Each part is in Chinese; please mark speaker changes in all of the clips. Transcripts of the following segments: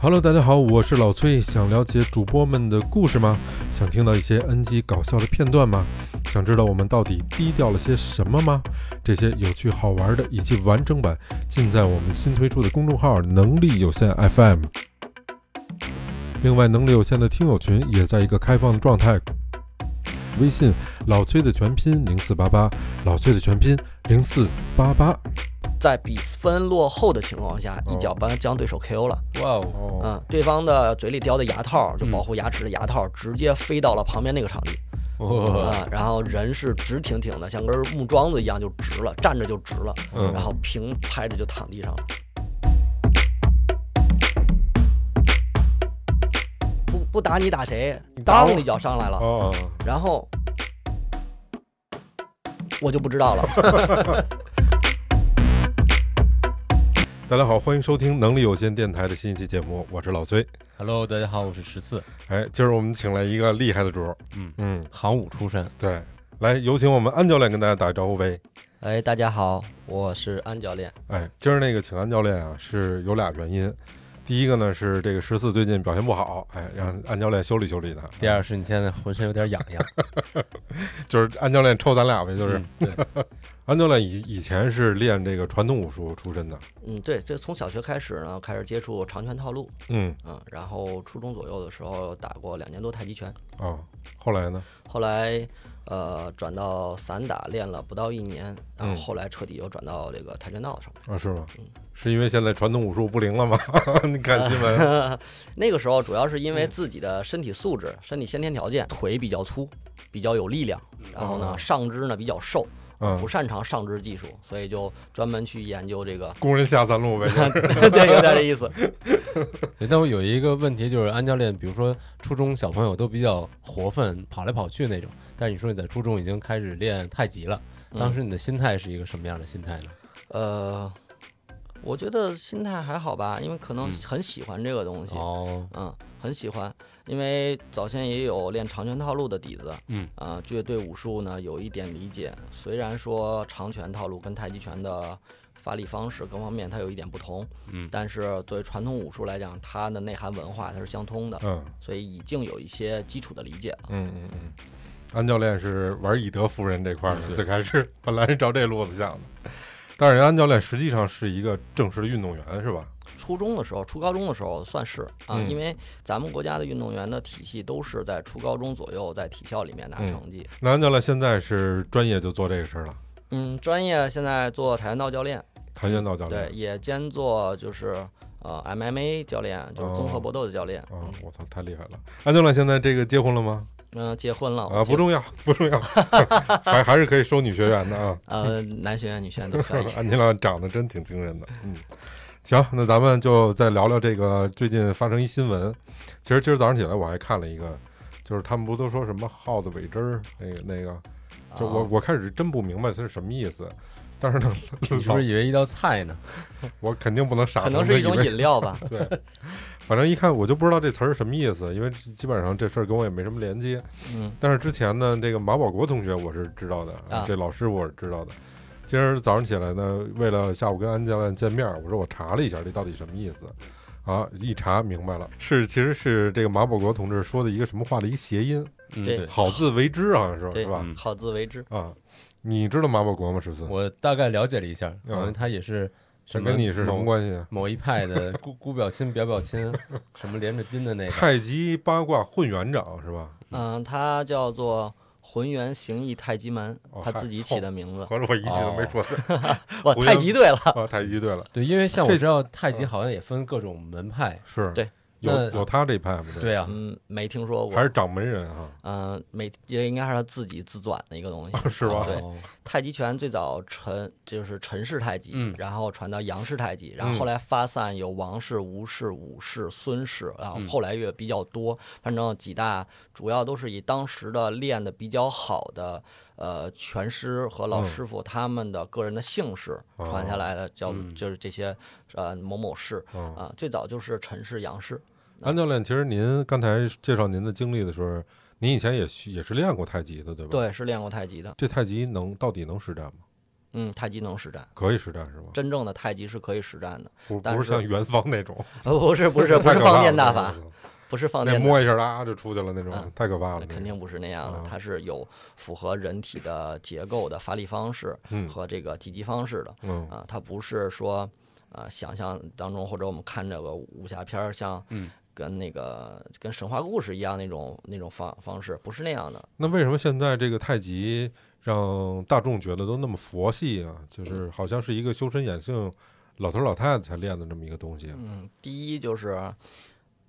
Speaker 1: Hello，大家好，我是老崔。想了解主播们的故事吗？想听到一些 NG 搞笑的片段吗？想知道我们到底低调了些什么吗？这些有趣好玩的以及完整版，尽在我们新推出的公众号“能力有限 FM”。另外，能力有限的听友群也在一个开放的状态。微信老崔的全拼零四八八，老崔的全拼零四八八。
Speaker 2: 在比分落后的情况下，一脚把将对手 KO 了。
Speaker 3: 哇哦，
Speaker 1: 哦，
Speaker 2: 嗯，对方的嘴里叼的牙套，就
Speaker 3: 嗯
Speaker 2: 保护牙齿的牙套，直接飞到了旁边那个场地
Speaker 3: 哦，
Speaker 2: 啊、然后人是直挺挺的，像根木桩子一样就直了，站着就直了，
Speaker 3: 嗯
Speaker 2: 然后平拍着就躺地上了。不不打你打谁？
Speaker 1: 打
Speaker 2: 当
Speaker 1: 我
Speaker 2: 一脚上来了，
Speaker 1: 哦，
Speaker 2: 然后我就不知道了。
Speaker 1: 大家好，欢迎收听能力有限电台的新一期节目，我是老崔。
Speaker 3: Hello，大家好，我是十四，
Speaker 1: 哎，今儿我们请来一个厉害的主，
Speaker 3: 嗯
Speaker 1: 嗯，
Speaker 3: 行武出身，
Speaker 1: 对，来有请我们安教练跟大家打个招呼呗。
Speaker 2: 哎，大家好，我是安教练。
Speaker 1: 哎，今儿那个请安教练啊，是有俩原因，第一个呢是这个十四最近表现不好，哎，让
Speaker 3: 嗯
Speaker 1: 安教练修理修理他。
Speaker 3: 第二是你现在浑身有点痒 痒，
Speaker 1: 就是安教练抽咱俩呗，就是、
Speaker 3: 嗯对
Speaker 1: 安教练以以前是练这个传统武术出身的，
Speaker 2: 嗯，对，这从小学开始呢，开始接触长拳套路，
Speaker 1: 嗯
Speaker 2: 嗯，然后初中左右的时候打过两年多太极拳，
Speaker 1: 啊、后来呢，
Speaker 2: 后来呃转到散打练了不到一年，然后
Speaker 1: 嗯
Speaker 2: 后来彻底又转到这个跆拳道上面。
Speaker 1: 啊是吗？是因为现在传统武术不灵了吗？ 你看新 闻，
Speaker 2: 那个时候主要是
Speaker 1: 嗯
Speaker 2: 因为自己的身体素质、身体先天条件，腿比较粗，比较有力量，然后呢
Speaker 1: 哦
Speaker 2: 上肢呢比较瘦，
Speaker 1: 嗯。
Speaker 2: 不，擅长上肢技术，所以就专门去研究这个
Speaker 1: 工人下三路呗，就是
Speaker 2: 对，有点这意思。
Speaker 3: 对，但我有一个问题就是，安教练，比如说初中小朋友都比较活泛，跑来跑去那种，但是你说你在初中已经开始练太极了，
Speaker 2: 嗯
Speaker 3: 当时你的心态是一个什么样的心态呢？
Speaker 2: 呃，我觉得心态还好吧，因为可能
Speaker 3: 嗯
Speaker 2: 很喜欢这个东西，
Speaker 3: 哦，
Speaker 2: 嗯，很喜欢，因为早先也有练长拳套路的底子，
Speaker 3: 嗯
Speaker 2: 啊、就对武术呢有一点理解。虽然说长拳套路跟太极拳的发力方式各方面它有一点不同，
Speaker 3: 嗯
Speaker 2: 但是作为传统武术来讲，它的内涵文化它是相通的，
Speaker 1: 嗯
Speaker 2: 所以已经有一些基础的理解了。
Speaker 1: 嗯嗯嗯，安教练是玩以德服人这块儿的，
Speaker 3: 嗯对
Speaker 1: 最开始本来是照这路子想的，但是人家安教练实际上是一个正式的运动员是吧？
Speaker 2: 初中的时候，初高中的时候算是啊，
Speaker 1: 嗯
Speaker 2: 因为咱们国家的运动员的体系都是在初高中左右在体校里面拿
Speaker 1: 嗯
Speaker 2: 成绩。
Speaker 1: 那安教练现在是专业就做这个事儿了，
Speaker 2: 嗯专业现在做跆拳道教练，
Speaker 1: 跆拳道教练
Speaker 2: 对，。也兼做就是呃 MMA 教练，就是综合
Speaker 1: 哦
Speaker 2: 搏斗的教练。
Speaker 1: 啊、我操，太厉害了！安教练现在这个结婚了吗？
Speaker 2: 嗯、结婚了
Speaker 1: 啊，
Speaker 2: 我结
Speaker 1: 不重要，不重要， 还还是可以收女学员的啊。。
Speaker 2: 呃，男学员、女学员都可以
Speaker 1: 安吉拉长得真挺惊人的，嗯。行，那咱们就再聊聊这个最近发生一新闻。其实今儿早上起来我还看了一个，就是他们不都说什么耗子尾汁儿那个那个，就我
Speaker 2: 啊
Speaker 1: 我开始真不明白它是什么意思，但是呢，
Speaker 3: 你 是不是以为一道菜呢？
Speaker 1: 我肯定不能傻
Speaker 2: 可
Speaker 1: 成
Speaker 2: 能
Speaker 1: 这
Speaker 2: 是一种
Speaker 1: 为
Speaker 2: 饮料 吧。
Speaker 1: 对，反正一看我就不知道这词儿是什么意思，因为基本上这事儿跟我也没什么连接。
Speaker 2: 嗯，
Speaker 1: 但是之前呢，这个马保国同学我是知道的，
Speaker 2: 啊
Speaker 1: 这老师我是知道的。今儿早上起来呢，为了下午跟安教练见面，我说我查了一下这到底什么意思，啊，一查明白了，是其实是这个马保国同志说的一个什么话的一个谐音，
Speaker 3: 嗯，
Speaker 2: 对
Speaker 1: 好自为之好像是
Speaker 2: 对
Speaker 1: 是吧？
Speaker 3: 嗯
Speaker 2: 好自为之。
Speaker 1: 啊，你知道马保国吗？十四，
Speaker 3: 我大概了解了一下，
Speaker 1: 嗯
Speaker 3: 好像他也是
Speaker 1: 这
Speaker 3: 什么
Speaker 1: 跟你是什么
Speaker 3: 某
Speaker 1: 关系？啊？
Speaker 3: 某一派 的姑姑表亲、表表 亲，什么连着筋的那个，
Speaker 1: 太极八卦混元掌是吧？
Speaker 2: 嗯、它叫做浑元形意太极门
Speaker 1: 哦，
Speaker 2: 它
Speaker 1: 嗨
Speaker 2: 自己起的名字。
Speaker 1: 合着我一句都没 说对
Speaker 2: 哇，
Speaker 1: 浑
Speaker 2: 太
Speaker 1: 元
Speaker 2: 极对了。
Speaker 1: 啊，太极对了，
Speaker 3: 对，因为像我
Speaker 1: 这
Speaker 3: 知道太极好像也分各种门派，
Speaker 1: 是
Speaker 2: 对
Speaker 1: 有
Speaker 3: 那
Speaker 1: 有他这一派吗？这
Speaker 3: 对啊，
Speaker 2: 嗯，没听说
Speaker 1: 还
Speaker 2: 过。
Speaker 1: 是掌门人啊？。
Speaker 2: 嗯、没，也应该是他自己自转的一个东西
Speaker 1: 是吧
Speaker 2: 啊 对，
Speaker 3: 哦
Speaker 2: 太极拳最早陈就是陈氏太极，
Speaker 3: 嗯
Speaker 2: 然后传到杨氏太极，然
Speaker 1: 嗯
Speaker 2: 后后来发散有王氏、吴氏、武氏、孙氏，然后
Speaker 3: 嗯
Speaker 2: 后来越比较多，反正几大主要都是以当时的练的比较好的呃拳师和老
Speaker 1: 嗯哦
Speaker 2: 师傅他们的个人的姓氏传下来的，叫
Speaker 3: 嗯
Speaker 2: 就是这些呃某某氏
Speaker 1: 嗯
Speaker 2: 啊、最早就是陈氏、杨氏，
Speaker 1: 安教练，其实您刚才介绍您的经历的时候，您以前也学也是练过太极的，对吧？。
Speaker 2: 对，是练过太极的。
Speaker 1: 这太极能到底能实战吗？
Speaker 2: 嗯，太极能实战，
Speaker 1: 可以实战是吗？
Speaker 2: 真正的太极是可以实战的，
Speaker 1: 不
Speaker 2: 但
Speaker 1: 不是
Speaker 2: 是
Speaker 1: 像元芳那种，
Speaker 2: 呃，不 是不是不
Speaker 1: 嗯 太
Speaker 2: 是
Speaker 1: 可怕
Speaker 2: 放
Speaker 1: 了
Speaker 2: 电大
Speaker 1: 那
Speaker 2: 法，
Speaker 1: 种
Speaker 2: 不是放
Speaker 1: 那
Speaker 2: 电大
Speaker 1: 摸一下啦就出去了那种
Speaker 2: 嗯，
Speaker 1: 太可怕了。
Speaker 2: 肯
Speaker 1: 那个，
Speaker 2: 定不是那样的
Speaker 1: 啊，
Speaker 2: 它是有符合人体的结构的发力方式
Speaker 1: 嗯
Speaker 2: 和这个击击方式的
Speaker 1: 嗯
Speaker 2: 啊，它不是说呃想象当中或者我们看这个武侠片儿像
Speaker 3: 嗯
Speaker 2: 跟那个跟神话故事一样那种那种方方式，不是那样的。
Speaker 1: 那为什么现在这个太极让大众觉得都那么佛系啊？
Speaker 2: 嗯
Speaker 1: 就是好像是一个修身养性、老头老太太才练的这么一个东西啊。
Speaker 2: 嗯，第一就是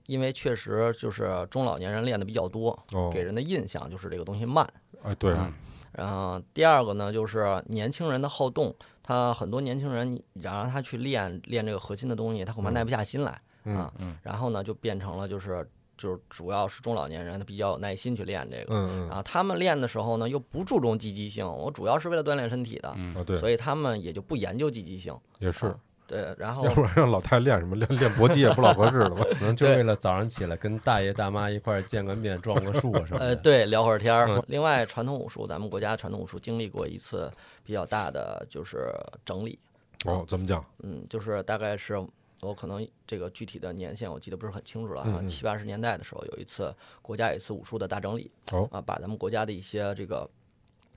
Speaker 2: 因为确实就是中老年人练的比较多，
Speaker 1: 哦
Speaker 2: 给，人的印象就是这个东西慢。
Speaker 1: 哎，对，
Speaker 2: 嗯然后第二个呢，就是年轻人的好动，他很多年轻人，你让他去练练这个核心的东西，他恐怕耐不下心来、
Speaker 1: 嗯
Speaker 2: 啊。
Speaker 3: 嗯
Speaker 2: 然后呢，就变成了就是就是主要是中老年人，他比较有耐心去练这个。
Speaker 1: 嗯嗯
Speaker 2: 然后他们练的时候呢，又不注重积极性，我主要是为了锻炼身体的，
Speaker 3: 嗯
Speaker 1: 啊，对，
Speaker 2: 所以他们也就不研究积极性。
Speaker 1: 也是
Speaker 2: 啊，对，然后
Speaker 1: 要不然让老太太练什么练练搏击也不老合适了 吧？
Speaker 3: 可能就为了早上起来跟大爷大妈一块儿见个面、撞个树啊什么
Speaker 2: 呃，
Speaker 3: 的。
Speaker 2: 对，聊会儿天儿。另外，传统武术，咱们国家传统武术经历过一次比较大的就是整理，
Speaker 1: 哦，怎么讲？
Speaker 2: 嗯，就是大概是我可能这个具体的年限我记得不是很清楚了
Speaker 1: 嗯
Speaker 2: 啊，
Speaker 1: 嗯
Speaker 2: 七八十年代的时候有一次国家有一次武术的大整理，
Speaker 1: 哦
Speaker 2: 啊，把咱们国家的一些这个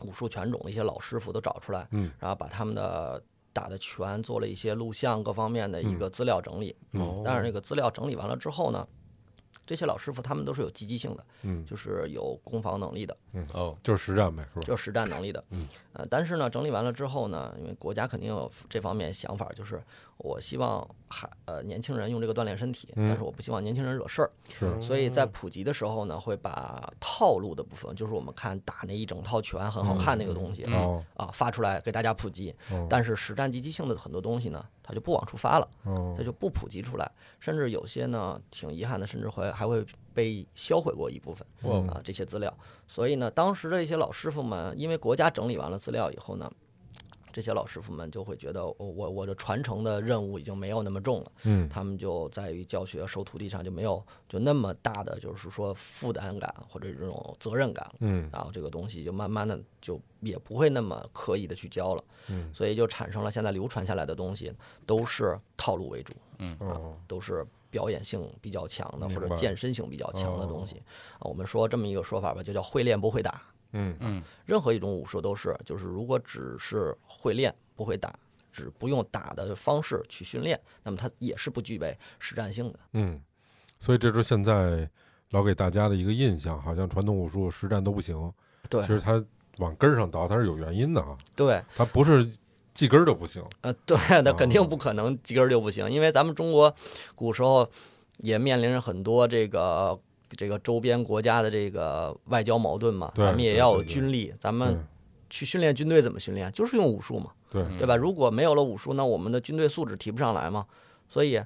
Speaker 2: 武术拳种的一些老师傅都找出来，
Speaker 1: 嗯，
Speaker 2: 然后把他们的。打的拳做了一些录像各方面的一个资料整理，
Speaker 1: 嗯
Speaker 3: 嗯
Speaker 1: 哦
Speaker 2: 但是那个资料整理完了之后呢，这些老师傅他们都是有积极性的，
Speaker 1: 嗯
Speaker 2: 就是有攻防能力的，
Speaker 3: 哦，
Speaker 1: 就是实战呗，是吧？
Speaker 2: 就是实战能力的。
Speaker 1: 嗯，
Speaker 2: 呃，但是呢，整理完了之后呢，因为国家肯定有这方面想法，就是我希望还呃年轻人用这个锻炼身体，
Speaker 1: 嗯
Speaker 2: 但是我不希望年轻人惹事儿，
Speaker 1: 是
Speaker 2: 所以在普及的时候呢，会把套路的部分，就是我们看打那一整套拳很好看那个东西、
Speaker 3: 嗯
Speaker 1: 哦
Speaker 2: 啊发出来给大家普及，
Speaker 1: 哦
Speaker 2: 但是实战积极性的很多东西呢，它就不往出发了，
Speaker 1: 哦
Speaker 2: 它就不普及出来，甚至有些呢挺遗憾的，甚至会还会被销毁过一部分。
Speaker 3: 哦
Speaker 2: 啊这些资料。所以呢，当时的一些老师傅们，因为国家整理完了资料以后呢，这些老师傅们就会觉得我哦我我的传承的任务已经没有那么重了，
Speaker 1: 嗯
Speaker 2: 他们就在于教学收徒弟上就没有就那么大的就是说负担感或者这种责任感了。
Speaker 1: 嗯
Speaker 2: 然后这个东西就慢慢的就也不会那么刻意的去教了，
Speaker 1: 嗯
Speaker 2: 所以就产生了现在流传下来的东西都是套路为主，啊
Speaker 1: 哦
Speaker 2: 都是表演性比较强的
Speaker 1: 明
Speaker 2: 或者
Speaker 1: 白
Speaker 2: 健身性比较强的
Speaker 1: 哦
Speaker 2: 东西。啊，我们说这么一个说法吧，就叫会练不会打。
Speaker 1: 嗯
Speaker 3: 嗯
Speaker 2: 任何一种武术都是，就是如果只是会练不会打，只不用打的方式去训练，那么它也是不具备实战性的。
Speaker 1: 嗯，所以这就是现在老给大家的一个印象，好像传统武术实战都不行。
Speaker 2: 对
Speaker 1: 其实它往根儿上倒，它是有原因的啊，
Speaker 2: 对，
Speaker 1: 它不是记根儿就不行。
Speaker 2: 呃，对，那肯
Speaker 1: 哦
Speaker 2: 定不可能几根儿就不行，因为咱们中国古时候也面临着很多这个。这个周边国家的这个外交矛盾嘛，
Speaker 1: 对
Speaker 2: 咱们也
Speaker 1: 对
Speaker 2: 要
Speaker 1: 对
Speaker 2: 有
Speaker 1: 对
Speaker 2: 军力，咱们
Speaker 1: 嗯
Speaker 2: 去训练军队怎么训练？啊就是用武术嘛，
Speaker 1: 对，
Speaker 3: 嗯
Speaker 2: 对吧？如果没有了武术，那我们的军队素质提不上来嘛。所以，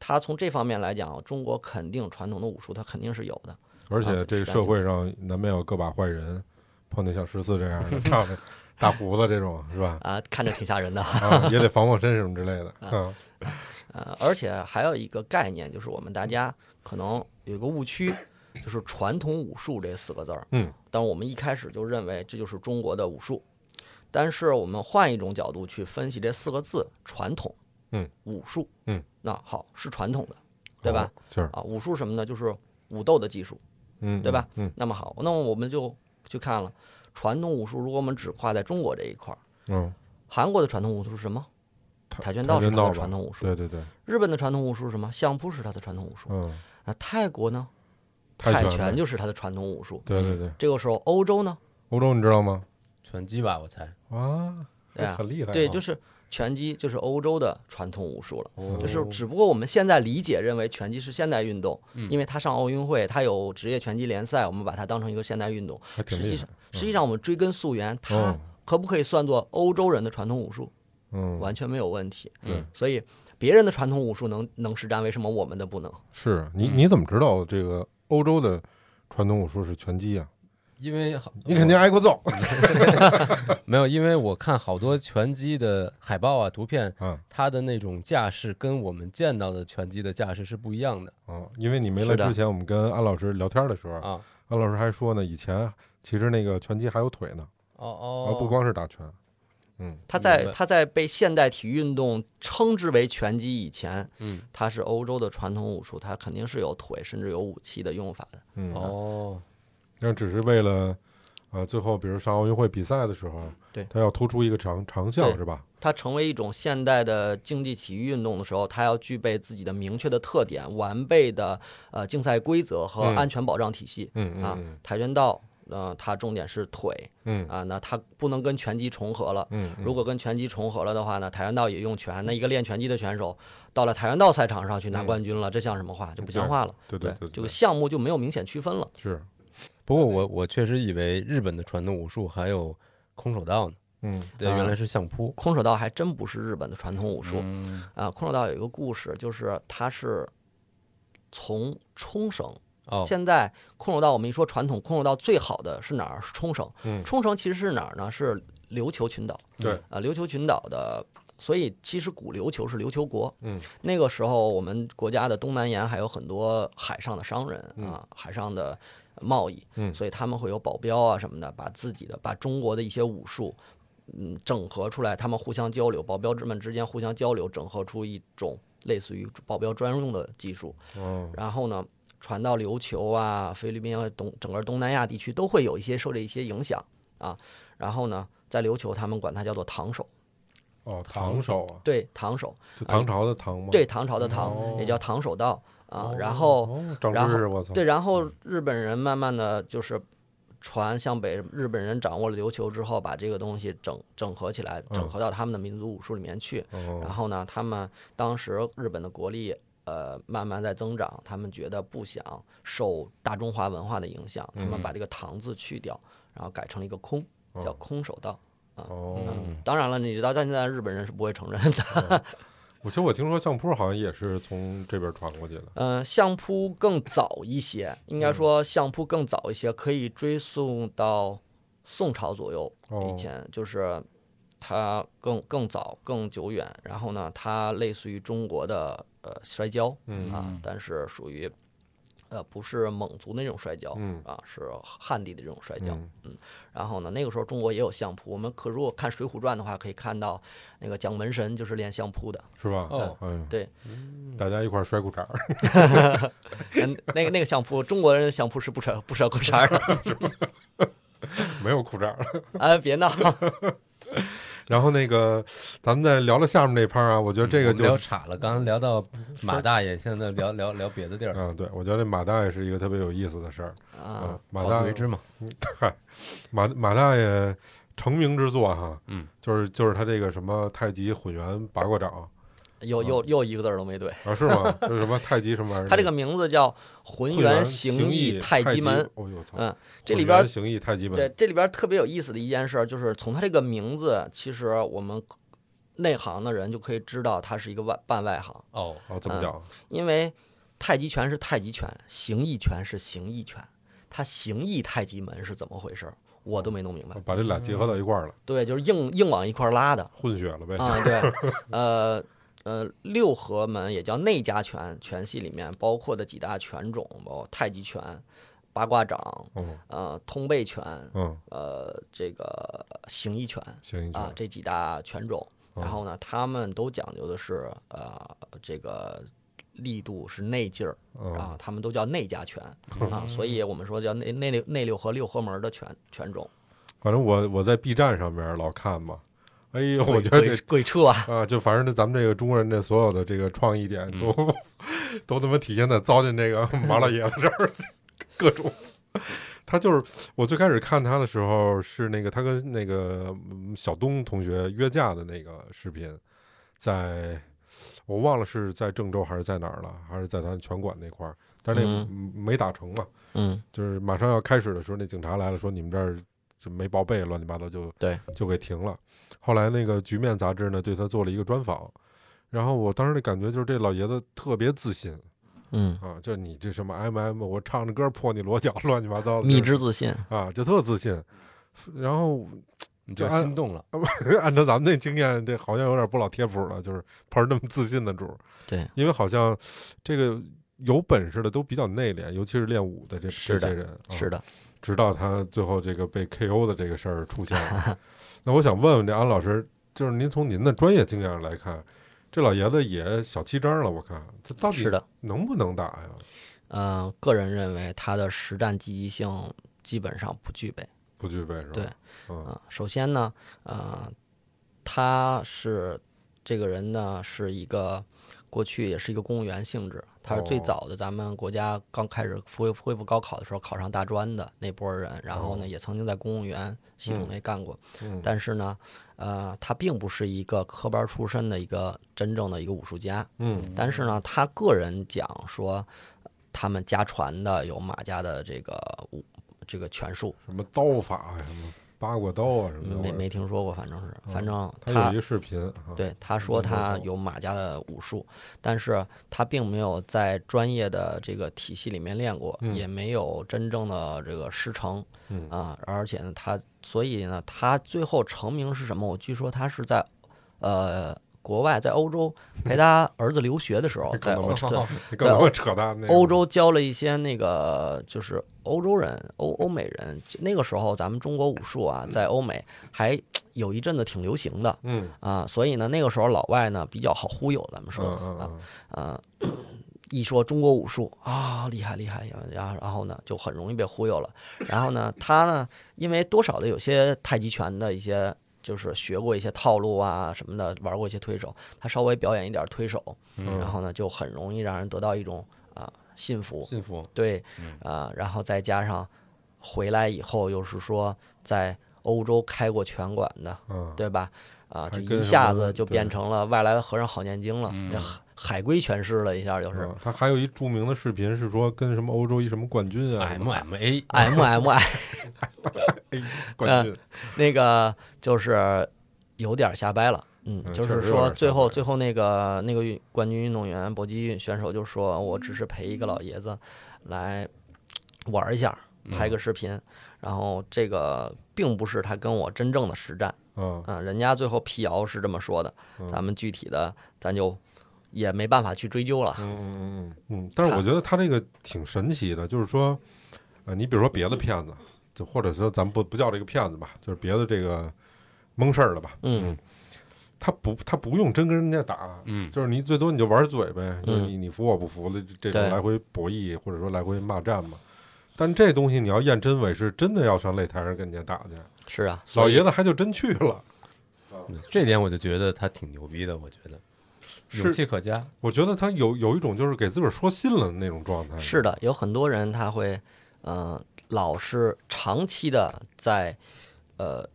Speaker 2: 他从这方面来讲，中国肯定传统的武术它肯定是有的。
Speaker 1: 而且
Speaker 2: 啊
Speaker 1: 这个
Speaker 2: 实战
Speaker 1: 社
Speaker 2: 就
Speaker 1: 会上难免有个把坏人，碰见像十四这样的，长得大胡子这种是 吧？
Speaker 2: 啊，看着挺吓人的
Speaker 1: 啊，也得防防身什么之类的。嗯
Speaker 2: 啊。而且还有一个概念，就是我们大家可能有一个误区，就是传统武术这四个字儿。
Speaker 1: 嗯，
Speaker 2: 但我们一开始就认为这就是中国的武术，但是我们换一种角度去分析这四个字：传统，
Speaker 1: 嗯，
Speaker 2: 武术，
Speaker 1: 嗯，
Speaker 2: 那好是传统的，对吧？
Speaker 1: 好？哦是，
Speaker 2: 啊，武术什么呢？就是武斗的技术。
Speaker 1: 嗯，
Speaker 2: 对吧
Speaker 1: 嗯？
Speaker 2: 那么好，那么我们就去看了传统武术。如果我们只跨在中国这一块儿，
Speaker 1: 嗯嗯，
Speaker 2: 韩国的传统武术是什么？跆拳
Speaker 1: 跆
Speaker 2: 道是
Speaker 1: 拳
Speaker 2: 它
Speaker 1: 道
Speaker 2: 的
Speaker 1: 吧
Speaker 2: 传统武术。
Speaker 1: 对对对，
Speaker 2: 日本的传统武术是什么？相扑是它的传统武术。
Speaker 1: 嗯，
Speaker 2: 那泰国呢？
Speaker 1: 泰
Speaker 2: 泰
Speaker 1: 拳
Speaker 2: 拳
Speaker 1: 就
Speaker 2: 就是嗯它的传统武术。
Speaker 1: 对对对，
Speaker 2: 这个时候，欧洲呢？
Speaker 1: 欧洲你知道吗？
Speaker 3: 拳击吧，我猜。
Speaker 1: 啊，
Speaker 2: 对啊
Speaker 1: 很厉害啊，
Speaker 2: 对，就是拳击，就是欧洲的传统武术了。
Speaker 3: 哦
Speaker 2: 就是，只不过我们现在理解认为拳击是现代运动，
Speaker 1: 嗯
Speaker 2: 因为它上奥运会，它有职业拳击联赛，我们把它当成一个现代运动。
Speaker 1: 还挺
Speaker 2: 实际
Speaker 1: 厉
Speaker 2: 上
Speaker 1: 害，，嗯
Speaker 2: 实际上我们追根溯源，它
Speaker 1: 哦
Speaker 2: 可不可以算作欧洲人的传统武术？
Speaker 1: 嗯，
Speaker 2: 完全没有问题。
Speaker 1: 对，
Speaker 2: 所以别人的传统武术能能实战，为什么我们的不能？
Speaker 1: 是
Speaker 2: 嗯
Speaker 1: 你你怎么知道这个欧洲的传统武术是拳击啊？
Speaker 3: 因为好
Speaker 1: 你肯定挨过揍
Speaker 3: 没有，因为我看好多拳击的海报啊、图片，
Speaker 1: 啊
Speaker 3: 它的那种架势跟我们见到的拳击的架势是不一样的
Speaker 1: 啊！因为你没来
Speaker 2: 是的
Speaker 1: 之前，我们跟安老师聊天的时候，
Speaker 3: 啊。
Speaker 1: 安老师还说呢，以前其实那个拳击还有腿呢，
Speaker 3: 哦
Speaker 1: 啊，
Speaker 3: 哦，
Speaker 1: 不光是打拳，嗯，
Speaker 2: 他在
Speaker 3: 明白
Speaker 2: 他在被现代体育运动称之为拳击以前，
Speaker 3: 嗯，
Speaker 2: 它是欧洲的传统武术，它肯定是有腿甚至有武器的用法的。
Speaker 1: 嗯，
Speaker 3: 哦，
Speaker 1: 那只是为了，呃，最后比如上奥运会比赛的时候，
Speaker 2: 嗯对
Speaker 1: 他要突出一个长长项
Speaker 2: 对
Speaker 1: 是吧？
Speaker 2: 它成为一种现代的竞技体育运动的时候，它要具备自己的明确的特点、完备的呃竞赛规则和
Speaker 1: 嗯
Speaker 2: 安全保障体系。
Speaker 1: 嗯嗯
Speaker 2: 啊
Speaker 1: 嗯
Speaker 2: 跆拳道，呃，它重点是腿
Speaker 1: 嗯
Speaker 2: 啊，那它不能跟拳击重合了。
Speaker 1: 嗯，
Speaker 2: 如果跟拳击重合了的话呢，跆拳道也用拳，那一个练拳击的选手到了跆拳道赛场上去拿
Speaker 1: 嗯
Speaker 2: 冠军了，这像什么话？这不像话了。
Speaker 1: 对对对，
Speaker 2: 这个项目就没有明显区分了。
Speaker 1: 是，
Speaker 3: 不过我我确实以为日本的传统武术还有空手道呢，
Speaker 1: 嗯
Speaker 3: 对，
Speaker 2: 啊
Speaker 3: 原来是相扑。
Speaker 2: 空手道还真不是日本的传统武术
Speaker 3: 嗯
Speaker 2: 啊，空手道有一个故事，就是它是从冲绳。
Speaker 3: 哦，
Speaker 2: 现在空手道，我们一说传统空手道最好的是哪儿？是冲绳。
Speaker 1: 嗯
Speaker 2: 冲绳其实是哪儿呢？是琉球群岛。
Speaker 1: 对，
Speaker 2: 啊，琉球群岛的，所以其实古琉球是琉球国。
Speaker 1: 嗯，
Speaker 2: 那个时候我们国家的东南沿还有很多海上的商人啊，海上的贸易，
Speaker 1: 嗯
Speaker 2: 所以他们会有保镖啊什么的，把自己的把中国的一些武术。嗯，整合出来，他们互相交流，保镖之们之间互相交流，整合出一种类似于保镖专用的技术。
Speaker 1: 哦，
Speaker 2: 然后呢，传到琉球啊、菲律宾啊、东整个东南亚地区都会有一些受这一些影响啊。然后呢，在琉球他们管它叫做唐手，
Speaker 1: 哦，唐手啊，
Speaker 2: 对唐手，
Speaker 1: 就唐朝的唐吗？
Speaker 2: 啊对唐朝的唐、
Speaker 1: 哦
Speaker 2: 也叫唐手道啊
Speaker 1: 哦，。
Speaker 2: 然后
Speaker 1: 哦嗯长
Speaker 2: 然
Speaker 1: 知
Speaker 2: 后
Speaker 1: 识，我操，
Speaker 2: 对，然后日本人慢慢的就是。船向北，日本人掌握了琉球之后，把这个东西整整合起来，
Speaker 1: 嗯
Speaker 2: 整合到他们的民族武术里面去。然
Speaker 1: 哦，
Speaker 2: 后呢，他们当时日本的国力呃慢慢在增长，他们觉得不想受大中华文化的影响，他们把这个“唐”字去掉，然后改成了一个“空”，叫空手道。
Speaker 1: 哦，
Speaker 2: 嗯，当然了，你知道，到现在日本人是不会承认的。
Speaker 1: 我其实我听说相扑好像也是从这边传过去的，
Speaker 2: 嗯、相扑更早一些，应该说相扑更早一些，可以追溯到宋朝左右。
Speaker 1: 哦
Speaker 2: 以，前就是它更更早更久远，然后呢，它类似于中国的呃摔跤，
Speaker 1: 嗯
Speaker 2: 啊，但是属于呃不是蒙族那种摔跤，
Speaker 1: 嗯
Speaker 2: 啊是汉地的这种摔跤。
Speaker 1: 嗯
Speaker 2: 然后呢，那个时候中国也有相扑，我们可如果看《水浒传》的话，可以看到那个蒋门神就是练相扑的，
Speaker 1: 是吧？
Speaker 3: 哦
Speaker 1: 哎呦，
Speaker 2: 对，
Speaker 3: 嗯
Speaker 1: 大家一块儿摔裤衩儿，
Speaker 2: 嗯，那个那个相扑，中国人的相扑是不甩不甩裤衩儿的，
Speaker 1: 没有裤衩儿。
Speaker 2: 啊，别闹，
Speaker 1: 然后那个，咱们再聊聊下面这趴啊，我觉得这
Speaker 3: 嗯我
Speaker 1: 个
Speaker 3: 们
Speaker 1: 就
Speaker 3: 聊岔了，刚刚聊到马大爷，现在聊聊聊别的地儿，
Speaker 1: 嗯，对，我觉得这马大爷是一个特别有意思的事儿嗯
Speaker 2: 啊，。
Speaker 1: 马
Speaker 3: 好自
Speaker 1: 大
Speaker 3: 为
Speaker 1: 爷，
Speaker 3: 之嘛。
Speaker 1: 嗨，马马大爷成名之作哈，
Speaker 3: 嗯，
Speaker 1: 就是就是他这个什么太极混元八卦掌
Speaker 2: 又又又一个字儿都没对。
Speaker 1: 嗯啊，是吗？ 这是什么太极什么玩意儿？
Speaker 2: 它这个名字叫浑
Speaker 1: 混
Speaker 2: 元
Speaker 1: 元
Speaker 2: 行
Speaker 1: 义
Speaker 2: 义太极门。
Speaker 1: 哦呦操！
Speaker 2: 嗯，这
Speaker 1: 混
Speaker 2: 里边
Speaker 1: 元形意太极
Speaker 2: 对
Speaker 1: 门，
Speaker 2: 这里边特别有意思的一件事儿，就是从它这个名字，其实我们内行的人就可以知道它是一个外半外行，
Speaker 3: 哦，
Speaker 1: 哦，
Speaker 2: 嗯
Speaker 1: 怎么讲？
Speaker 2: 因为太极拳是太极拳，形意拳是形意拳，它形意太极门是怎么回事儿？我都没弄明白。
Speaker 1: 把这俩结合到一块儿了，
Speaker 2: 对，就是硬硬往一块儿拉的。
Speaker 1: 混血了呗？
Speaker 2: 啊，对，呃呃，六合门也叫内家拳，拳系里面包括的几大拳种，包括太极拳、八卦掌、
Speaker 1: 嗯
Speaker 2: 呃通背拳、
Speaker 1: 嗯，
Speaker 2: 呃这个形意拳
Speaker 1: 形意
Speaker 2: 啊
Speaker 1: 拳
Speaker 2: 这几大拳种。然
Speaker 1: 哦
Speaker 2: 后呢，他们都讲究的是呃这个力度是内劲儿啊
Speaker 1: 嗯，
Speaker 2: 他们都叫内家拳啊，所以我们说叫内内六内六合六合门的拳拳种。
Speaker 1: 反正我我在 B 站上面老看嘛，哎呦， 我觉得这
Speaker 2: 鬼鬼畜啊，
Speaker 1: 啊，就反正咱们这个中国人的所有的这个创意点都、
Speaker 2: 嗯
Speaker 1: 都他妈体现在糟践这个 麻老爷子这儿，各种。他就是我最开始看他的时候是那个他跟那个嗯小东同学约架的那个视频，在我忘了是在郑州还是在哪儿了，还是在咱拳馆那块儿，但是那
Speaker 2: 嗯
Speaker 1: 没打成嘛，
Speaker 2: 嗯，
Speaker 1: 就是马上要开始的时候，那警察来了，说你们这儿就没报备，乱七八糟就
Speaker 2: 对
Speaker 1: 就给停了。后来那个《局面》杂志呢，对他做了一个专访，然后我当时的感觉就是这老爷子特别自信
Speaker 2: 嗯，
Speaker 1: 啊，就你这什么 MM，我唱着歌破你裸脚，乱七八糟的，
Speaker 2: 迷
Speaker 1: 哦就是
Speaker 2: 之自信。
Speaker 1: 啊，就特自信。然后
Speaker 3: 你就
Speaker 1: 就按
Speaker 3: 心动了。
Speaker 1: 按照咱们那经验，这好像有点不老贴谱了，就是碰上那么自信的主儿。
Speaker 2: 对，
Speaker 1: 因为好像这个有本事的都比较内敛，尤其是练武的这这
Speaker 2: 是的
Speaker 1: 些人，啊
Speaker 2: 是的，
Speaker 1: 直到他最后这个被 KO 的这个事儿出现 了。那我想问问这安老师，就是您从您的专业经验上来看，这老爷子也小七张了，我看他到底
Speaker 2: 是的。
Speaker 1: 能不能打呀？
Speaker 2: 嗯、个人认为他的实战积极性基本上不具备。
Speaker 1: 不具备是吧？
Speaker 2: 对
Speaker 1: 嗯，
Speaker 2: 啊，首先呢，呃，他是这个人呢是一个过去也是一个公务员性质，他是最
Speaker 1: 哦
Speaker 2: 早的咱们国家刚开始恢复恢复高考的时候考上大专的那波人，然后
Speaker 1: 哦
Speaker 2: 呢也曾经在公务员系统
Speaker 1: 嗯
Speaker 2: 内干过，
Speaker 1: 嗯
Speaker 2: 但是呢，呃，他并不是一个科班出身的一个真正的一个武术家，
Speaker 1: 嗯
Speaker 2: 但是呢，他个人讲说。他们家传的有马家的这个武这个拳术，
Speaker 1: 什么刀法呀，什么八卦刀啊，什么的，
Speaker 2: 没没听说过，反正是，反正
Speaker 1: 嗯他有一个视频啊，
Speaker 2: 对，他说
Speaker 1: 明白
Speaker 2: 他
Speaker 1: 了
Speaker 2: 有马家的武术，但是他并没有在专业的这个体系里面练过，
Speaker 1: 嗯
Speaker 2: 也没有真正的这个师承
Speaker 1: 嗯
Speaker 2: 啊。而且呢，他所以呢，他最后成名是什么？我据说他是在呃国外，在欧洲陪他儿子留学 的时候，在
Speaker 1: 搞
Speaker 2: 欧
Speaker 1: 我
Speaker 2: 对
Speaker 1: 你干嘛扯淡那个
Speaker 2: 欧洲教了一些那个就是欧洲人、欧欧美人。那个时候咱们中国武术啊，在欧美还有一阵子挺流行的。
Speaker 1: 嗯
Speaker 2: 啊，所以呢，那个时候老外呢比较好忽悠，咱们说
Speaker 1: 嗯嗯
Speaker 2: 啊，
Speaker 1: 嗯
Speaker 2: 呃，一说中国武术啊，厉害厉害，然后然后呢就很容易被忽悠了。然后呢，他呢因为多少的有些太极拳的一些就是学过一些套路啊什么的，玩过一些推手，他稍微表演一点推手，
Speaker 1: 嗯
Speaker 2: 啊然后呢就很容易让人得到一种啊信服，
Speaker 3: 幸福，
Speaker 2: 对，
Speaker 1: 嗯
Speaker 2: 啊，然后再加上回来以后又是说在欧洲开过拳馆的。
Speaker 1: 嗯，
Speaker 2: 对吧？啊，
Speaker 1: 还
Speaker 2: 就
Speaker 1: 跟
Speaker 2: 一
Speaker 1: 什
Speaker 2: 下
Speaker 1: 么
Speaker 2: 子就
Speaker 1: 对
Speaker 2: 变成了外来的和尚好念经了，这海海归全师了，一下就是
Speaker 1: 嗯他还有一著名的视频是说跟什么欧洲一什么冠军
Speaker 2: 哎
Speaker 3: 哎
Speaker 1: 啊什么
Speaker 3: MMA，
Speaker 2: M M I，
Speaker 1: 冠军，
Speaker 2: 那个就是有点瞎掰了。嗯
Speaker 1: 嗯，
Speaker 2: 就
Speaker 1: 确
Speaker 2: 是
Speaker 1: 实有点
Speaker 2: 说
Speaker 1: 瞎
Speaker 2: 最后
Speaker 1: 掰
Speaker 2: 最后那个那个运冠军运动员搏击运选手就说，我只是陪一个老爷子来玩一下，
Speaker 1: 嗯
Speaker 2: 拍个视频，然后这个并不是他跟我真正的实战，
Speaker 1: 嗯
Speaker 2: 嗯，人家最后辟谣是这么说的，咱们具体的咱就也没办法去追究了。
Speaker 1: 嗯嗯嗯嗯，但是我觉得他这个挺神奇的，就是说，呃，你比如说别的骗子，就或者说咱们不不叫这个骗子吧，就是别的这个蒙事儿的吧，
Speaker 2: 嗯
Speaker 1: 他不他不用真跟人家打，
Speaker 3: 嗯
Speaker 1: 就是你最多你就玩嘴呗，就是
Speaker 2: 嗯
Speaker 1: 你你服我不服的这这种
Speaker 2: 对
Speaker 1: 来回博弈或者说来回骂战嘛。但这东西你要验真伪，是真的要上擂台上跟人家打去，
Speaker 2: 是啊，
Speaker 1: 老
Speaker 2: 所以
Speaker 1: 爷子还就真去了。
Speaker 3: 这点我就觉得他挺牛逼的，我觉得
Speaker 1: 是
Speaker 3: 勇气可嘉，
Speaker 1: 我觉得他有有一种就是给自个儿说心了的那种状态。
Speaker 2: 是的，有很多人他会，呃，老是长期的在，呃，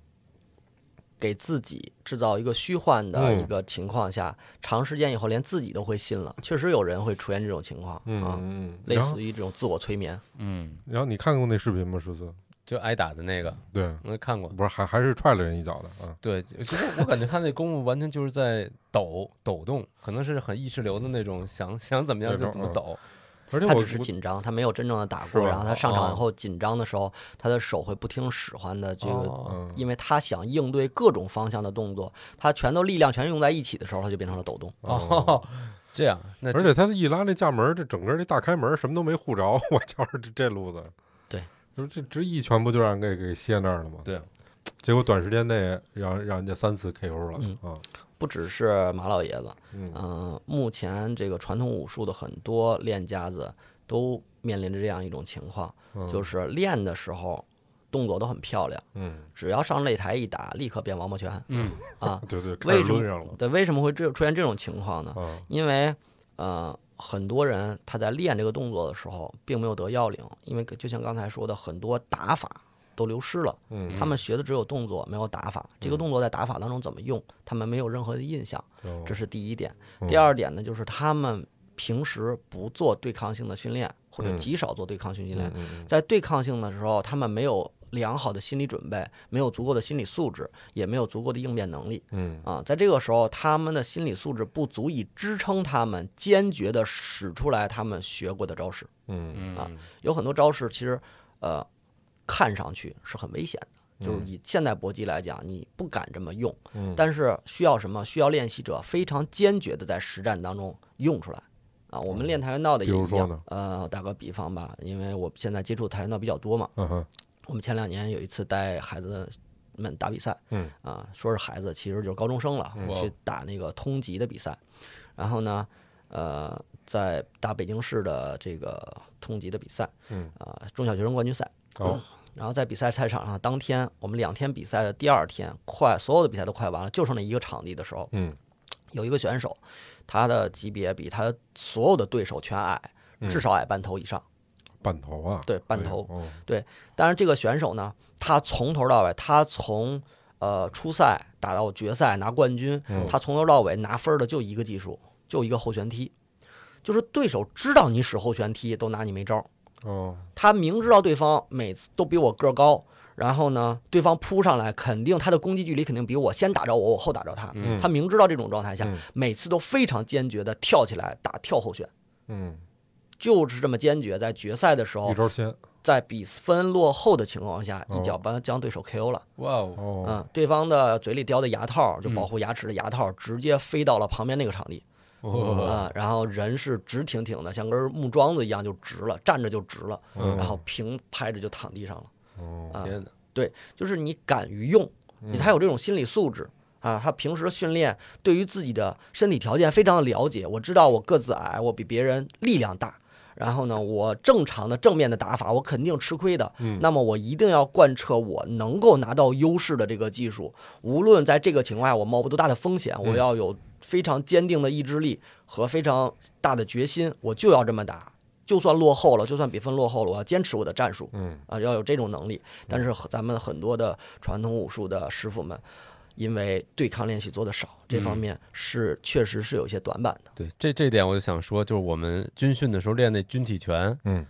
Speaker 2: 给自己制造一个虚幻的一
Speaker 1: 嗯
Speaker 2: 个情况下，长时间以后连自己都会信了。确实有人会出现这种情况、
Speaker 1: 嗯，
Speaker 2: 啊，
Speaker 1: 嗯嗯。
Speaker 2: 类
Speaker 1: 然后
Speaker 2: 似于这种自我催眠。
Speaker 3: 嗯，
Speaker 1: 然后你看过那视频吗？十四？
Speaker 3: 就挨打的那个，
Speaker 1: 对，
Speaker 3: 我看过。
Speaker 1: 不是还还是踹了人一脚的啊？
Speaker 3: 对，其实我感觉他那功夫完全就是在抖抖动，可能是很意识流的那种，想想怎么样就怎么抖。
Speaker 1: 而且
Speaker 2: 他
Speaker 1: 我
Speaker 2: 只是紧张，他没有真正的打
Speaker 1: 是
Speaker 2: 过。
Speaker 1: 吧啊
Speaker 2: 然后他上场
Speaker 3: 哦
Speaker 2: 以后紧张的时候，他的手会不听使唤的这个
Speaker 3: 哦
Speaker 1: 嗯
Speaker 2: 因为他想应对各种方向的动作，他全都力量全用在一起的时候，他就变成了抖动。
Speaker 3: 哦， 这样，那
Speaker 1: 而且他一拉那架门儿，这整个这大开门儿什么都没护着， 我就是这这路子。
Speaker 2: 对，
Speaker 1: 就是这这一拳不就让人给给歇那儿了吗？
Speaker 3: 对，
Speaker 1: 结果短时间内让让人家三次 KO 了、
Speaker 2: 嗯
Speaker 1: 啊！
Speaker 2: 不只是马老爷子，
Speaker 1: 嗯
Speaker 2: 嗯、目前这个传统武术的很多练家子都面临着这样一种情况，
Speaker 1: 嗯
Speaker 2: 就是练的时候动作都很漂亮，
Speaker 1: 嗯，
Speaker 2: 只要上擂台一打，立刻变王八拳。
Speaker 3: 嗯
Speaker 2: 啊，
Speaker 1: 对对，开
Speaker 2: 为
Speaker 1: 始
Speaker 2: 什么
Speaker 1: 抡上了
Speaker 2: 对，为什么会这出现这种情况呢？
Speaker 1: 啊！
Speaker 2: 因为呃，很多人他在练这个动作的时候，并没有得要领，因为就像刚才说的，很多打法都流失了。
Speaker 1: 嗯，
Speaker 2: 他们学的只有动作，没有打法。这个动作在打法当中怎么用，他们没有任何的印象，
Speaker 1: 哦
Speaker 2: 这是第一点。
Speaker 1: 嗯
Speaker 2: 第二点呢，就是他们平时不做对抗性的训练，或者
Speaker 1: 嗯
Speaker 2: 极少做对抗性训
Speaker 1: 嗯
Speaker 2: 练。
Speaker 1: 嗯嗯
Speaker 2: 在对抗性的时候，他们没有良好的心理准备，没有足够的心理素质，也没有足够的应变能力。
Speaker 1: 嗯
Speaker 2: 啊，在这个时候，他们的心理素质不足以支撑他们坚决地使出来他们学过的招式。
Speaker 1: 嗯嗯
Speaker 3: 嗯
Speaker 2: 啊有很多招式其实，呃，看上去是很危险的，就是以现代搏击来讲，你不敢这么用，
Speaker 1: 嗯
Speaker 2: 但是需要什么？需要练习者非常坚决地在实战当中用出来。啊。我们练跆拳道的
Speaker 1: 嗯比
Speaker 2: 也
Speaker 1: 如
Speaker 2: 一
Speaker 1: 说
Speaker 2: 样
Speaker 1: 呢，
Speaker 2: 呃，打个比方吧，因为我现在接触跆拳道比较多嘛，
Speaker 1: 嗯哼，
Speaker 2: 我们前两年有一次带孩子们打比赛，
Speaker 1: 嗯
Speaker 2: 啊，说是孩子，其实就是高中生了，
Speaker 3: 哇
Speaker 2: 去打那个通级的比赛。然后呢，呃，在大北京市的这个通级的比赛，
Speaker 1: 嗯
Speaker 2: 啊、中小学生冠军赛。
Speaker 1: 哦，
Speaker 2: 然后在比赛赛场上，当天我们两天比赛的第二天，快所有的比赛都快完了，就剩那一个场地的时候，
Speaker 1: 嗯，
Speaker 2: 有一个选手，他的级别比他所有的对手全矮，
Speaker 1: 嗯
Speaker 2: 至少矮半头以上，
Speaker 1: 半头啊，
Speaker 2: 对半
Speaker 1: 哎呦
Speaker 2: 头。
Speaker 1: 哦
Speaker 2: 但是这个选手呢，他从头到尾，他从呃初赛打到决赛拿冠军，
Speaker 1: 嗯
Speaker 2: 他从头到尾拿分儿的就一个技术，就一个后旋踢，就是对手知道你使后旋踢都拿你没招儿，
Speaker 1: 哦，
Speaker 2: 他明知道对方每次都比我个儿高。然后呢，对方扑上来，肯定他的攻击距离肯定比我先打着我，我后打着他。
Speaker 1: 嗯
Speaker 2: 他明知道这种状态下，
Speaker 1: 嗯
Speaker 2: 每次都非常坚决的跳起来打跳后旋，
Speaker 1: 嗯，
Speaker 2: 就是这么坚决。在决赛的时候
Speaker 1: 一，招先，
Speaker 2: 在比分落后的情况下，
Speaker 1: 哦
Speaker 2: 一脚把将对手 KO 了。
Speaker 3: 哇哦，
Speaker 1: 哦，
Speaker 2: 嗯，对方的嘴里叼的牙套，就保护牙齿的牙套，直接飞到了旁边那个场地
Speaker 3: 哦
Speaker 2: 啊、然后人是直挺挺的，像根木桩子一样就直了，站着就直了，
Speaker 3: 嗯
Speaker 2: 然后平拍着就躺地上了。
Speaker 1: 哦，
Speaker 2: 啊、
Speaker 3: 天哪，
Speaker 2: 就是你敢于用，你他有这种心理素质。啊，他平时训练对于自己的身体条件非常的了解。我知道我个子矮，我比别人力量大，然后呢，我正常的正面的打法我肯定吃亏的。那么我一定要贯彻我能够拿到优势的这个技术，无论在这个情况下我冒多大的风险，我要有非常坚定的意志力和非常大的决心，我就要这么打。就算落后了，就算比分落后了，我要坚持我的战术。
Speaker 1: 嗯
Speaker 2: 啊，要有这种能力。但是很咱们很多的传统武术的师傅们，因为对抗练习做的少，这
Speaker 1: 嗯
Speaker 2: 方面是确实是有一些短板的。
Speaker 3: 对这这点我就想说，就是我们军训的时候练那军体拳，
Speaker 1: 嗯，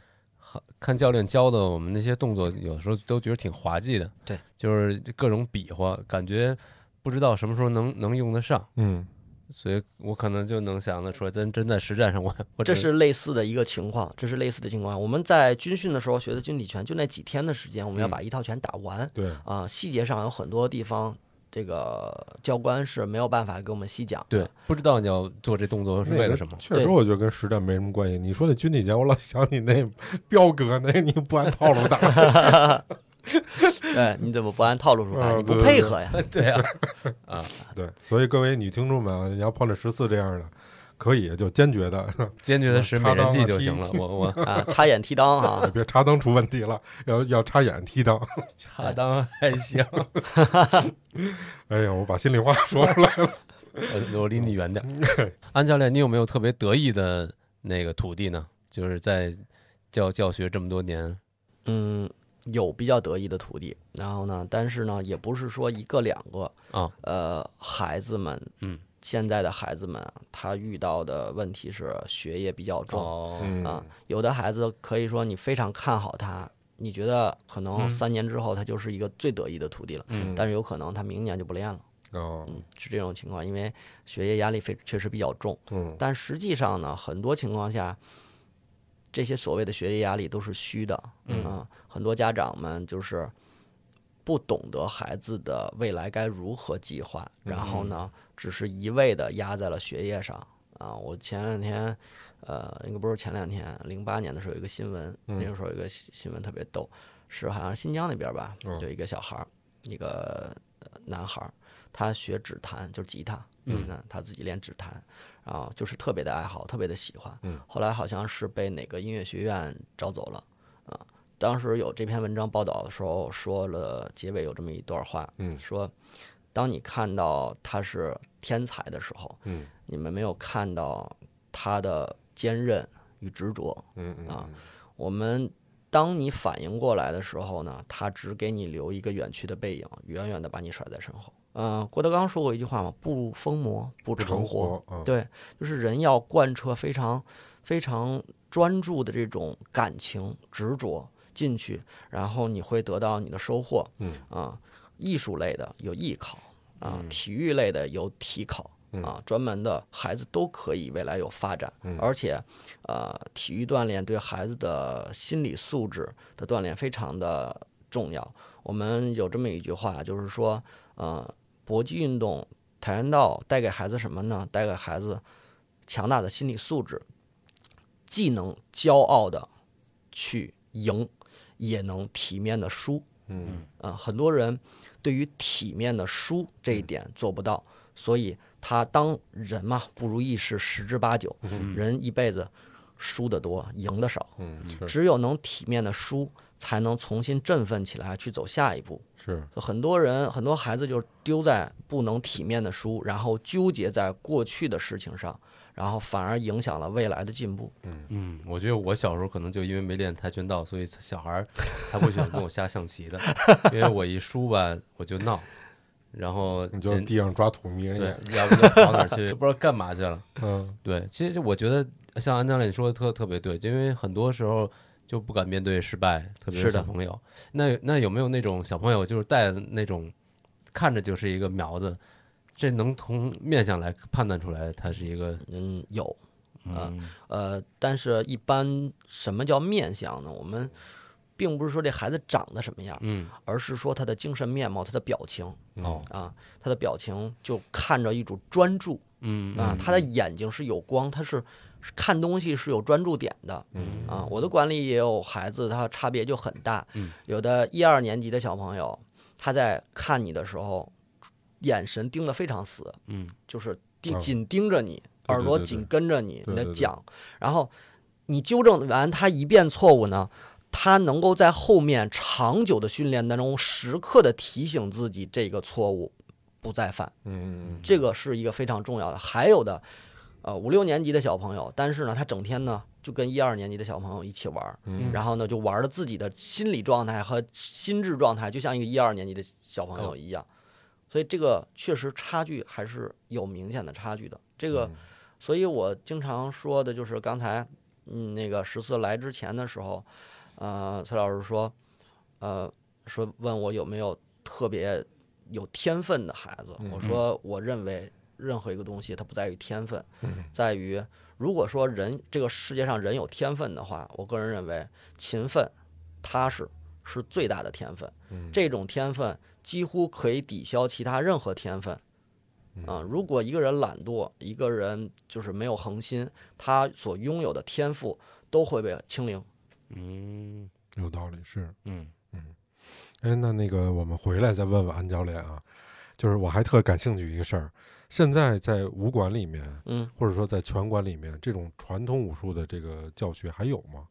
Speaker 3: 看教练教的我们那些动作，有时候都觉得挺滑稽的，
Speaker 2: 对，
Speaker 3: 就是各种比划，感觉不知道什么时候能能用得上，
Speaker 1: 嗯，
Speaker 3: 所以我可能就能想得出来，真真在实战上我 我
Speaker 2: 这
Speaker 3: 只
Speaker 2: 是类似的一个情况，这是类似的情况。我们在军训的时候学的军体拳，就那几天的时间，我
Speaker 1: 嗯
Speaker 2: 们要把一套拳打完。
Speaker 1: 对，
Speaker 2: 啊、细节上有很多地方，这个教官是没有办法给我们细讲的。
Speaker 3: 对，不知道你要做这动作是
Speaker 1: 那
Speaker 3: 为
Speaker 1: 个
Speaker 3: 了什么，
Speaker 1: 确实，我觉得跟实战没什么关系。你说那军体拳，我老想起那彪哥，那你不按套路打，
Speaker 2: 哎，你怎么不按套路数
Speaker 1: 啊
Speaker 2: 来？你不
Speaker 1: 对对
Speaker 2: 配
Speaker 1: 对
Speaker 2: 合呀？
Speaker 3: 对啊，
Speaker 1: 对，所以各位女听众们啊，你要碰着十四这样的，可以就坚决呃的，
Speaker 3: 坚决的使美人计就行了，
Speaker 1: 插！
Speaker 3: 我 我
Speaker 2: 啊，插眼踢裆啊
Speaker 1: 别插裆出问题了，要要插眼踢裆。
Speaker 3: 插裆还行，
Speaker 1: 哎呀，我把心里话说出来了。
Speaker 3: 我我离你远点儿。安教练，你有没有特别得意的那个徒弟呢？就是在教教学这么多年，
Speaker 2: 嗯，有比较得意的徒弟，然后呢，但是呢，也不是说一个两个
Speaker 3: 啊
Speaker 2: 呃，孩子们，
Speaker 3: 嗯，
Speaker 2: 现在的孩子们啊，他遇到的问题是学业比较重、
Speaker 3: 哦，
Speaker 1: 嗯
Speaker 2: 啊，有的孩子可以说你非常看好他，你觉得可能三年之后他就是一个最得意的徒弟了，
Speaker 3: 嗯
Speaker 2: 但是有可能他明年就不练了，
Speaker 1: 哦，
Speaker 2: 嗯，是这种情况，因为学业压力非确实比较重，
Speaker 1: 嗯
Speaker 2: 但实际上呢，很多情况下，这些所谓的学业压力都是虚的。
Speaker 3: 嗯
Speaker 2: 啊很多家长们就是不懂得孩子的未来该如何计划，然后呢，只是一味的压在了学业上。啊，我前两天，呃，应该不是前两天，零八年的时候有一个新闻，那个时候有一个新新闻特别逗，是好像新疆那边吧，有一个小孩儿，一个呃男孩儿，他学指弹，就是吉他，嗯，他自己练指弹，啊，就是特别的爱好，特别的喜欢。
Speaker 1: 嗯，
Speaker 2: 后来好像是被哪个音乐学院招走了啊。当时有这篇文章报道的时候，说了结尾有这么一段话，
Speaker 1: 嗯
Speaker 2: 说当你看到他是天才的时候，
Speaker 1: 嗯，
Speaker 2: 你们没有看到他的坚韧与执着，
Speaker 1: 嗯嗯
Speaker 2: 啊，我们当你反应过来的时候呢，他只给你留一个远去的背影，远远的把你甩在身后。嗯、郭德纲说过一句话嘛，不疯魔不
Speaker 1: 不
Speaker 2: 成
Speaker 1: 成
Speaker 2: 活。
Speaker 1: 活啊，
Speaker 2: 对，就是人要贯彻非常非常专注的这种感情执着进去，然后你会得到你的收获。
Speaker 1: 嗯
Speaker 2: 啊，艺术类的有艺考啊，体育类的有体考。啊，专门的孩子都可以未来有发展，而且，呃，体育锻炼对孩子的心理素质的锻炼非常的重要。我们有这么一句话，就是说，呃，搏击运动跆拳道带给孩子什么呢？带给孩子强大的心理素质，既能骄傲的去赢，也能体面的输。
Speaker 1: 嗯
Speaker 2: 啊、很多人对于体面的输这一点做不到，所以他当人嘛，不如意事十之八九，人一辈子输的多，赢的少，
Speaker 1: 嗯，是
Speaker 2: 只有能体面的输，才能重新振奋起来去走下一步。
Speaker 1: 是，
Speaker 2: 就很多人，很多孩子就丢在不能体面的输，然后纠结在过去的事情上，然后反而影响了未来的进步。
Speaker 3: 嗯，我觉得我小时候可能就因为没练跆拳道，所以小孩儿才会喜欢跟我下象棋的，因为我一输吧我就闹，然后
Speaker 1: 你就
Speaker 3: 人
Speaker 1: 地上抓土迷人
Speaker 3: 嗯
Speaker 1: 眼，，
Speaker 3: 对要不就 跑哪儿去，就不知道干嘛去了。
Speaker 1: 嗯
Speaker 3: 对，其实我觉得像安教练说的特特别对，因为很多时候就不敢面对失败，特别
Speaker 2: 是的
Speaker 3: 小朋友。那那有没有那种小朋友就是带那种看着就是一个苗子，这能从面相来判断出来他是一个
Speaker 2: 嗯，有，
Speaker 3: 嗯
Speaker 2: 呃，但是一般什么叫面相呢？我们并不是说这孩子长得什么样，
Speaker 3: 嗯
Speaker 2: 而是说他的精神面貌、他的表情
Speaker 3: 哦
Speaker 2: 啊，他的表情就看着一种专注
Speaker 3: 嗯
Speaker 2: 啊，他的眼睛是有光，他是是看东西是有专注点的
Speaker 1: 嗯
Speaker 2: 啊。我的管理也有孩子，他差别就很大
Speaker 3: 嗯，
Speaker 2: 有的一二年级的小朋友，他在看你的时候，眼神盯得非常死，
Speaker 3: 嗯
Speaker 2: 就是盯
Speaker 1: 啊
Speaker 2: 紧盯着你，
Speaker 1: 对
Speaker 2: 耳朵
Speaker 1: 对对
Speaker 2: 紧
Speaker 1: 对
Speaker 2: 跟着你，
Speaker 1: 对
Speaker 2: 你
Speaker 1: 对
Speaker 2: 的
Speaker 1: 对
Speaker 2: 讲，然后你纠正完他一遍错误呢，他能够在后面长久的训练当中，时刻的提醒自己这个错误不再犯，
Speaker 1: 嗯
Speaker 2: 这个是一个非常重要的。还有的，呃，五六年级的小朋友，但是呢，他整天呢就跟一二年级的小朋友一起玩儿，
Speaker 1: 嗯
Speaker 2: 然后呢就玩的自己的心理状态和心智状态，就像一个一二年级的小朋
Speaker 1: 哦
Speaker 2: 友一样，所以这个确实差距还是有明显的差距的。这
Speaker 1: 嗯
Speaker 2: 个，所以我经常说的就是刚才，嗯，那个十四来之前的时候，呃，崔老师说，呃，说问我有没有特别有天分的孩子，我说我认为任何一个东西它不在于天分，在于如果说人这个世界上人有天分的话，我个人认为勤奋、踏实是最大的天分。这种天分几乎可以抵消其他任何天分。
Speaker 1: 嗯
Speaker 2: 啊、如果一个人懒惰，一个人就是没有恒心，他所拥有的天赋都会被清零。
Speaker 3: 嗯
Speaker 1: 有道理是。
Speaker 3: 嗯
Speaker 1: 哎，那那个我们回来再问问安教练啊，就是我还特感兴趣一个事儿，现在在武馆里面，
Speaker 2: 嗯，
Speaker 1: 或者说在拳馆里面，这种传统武术的这个教学还有吗？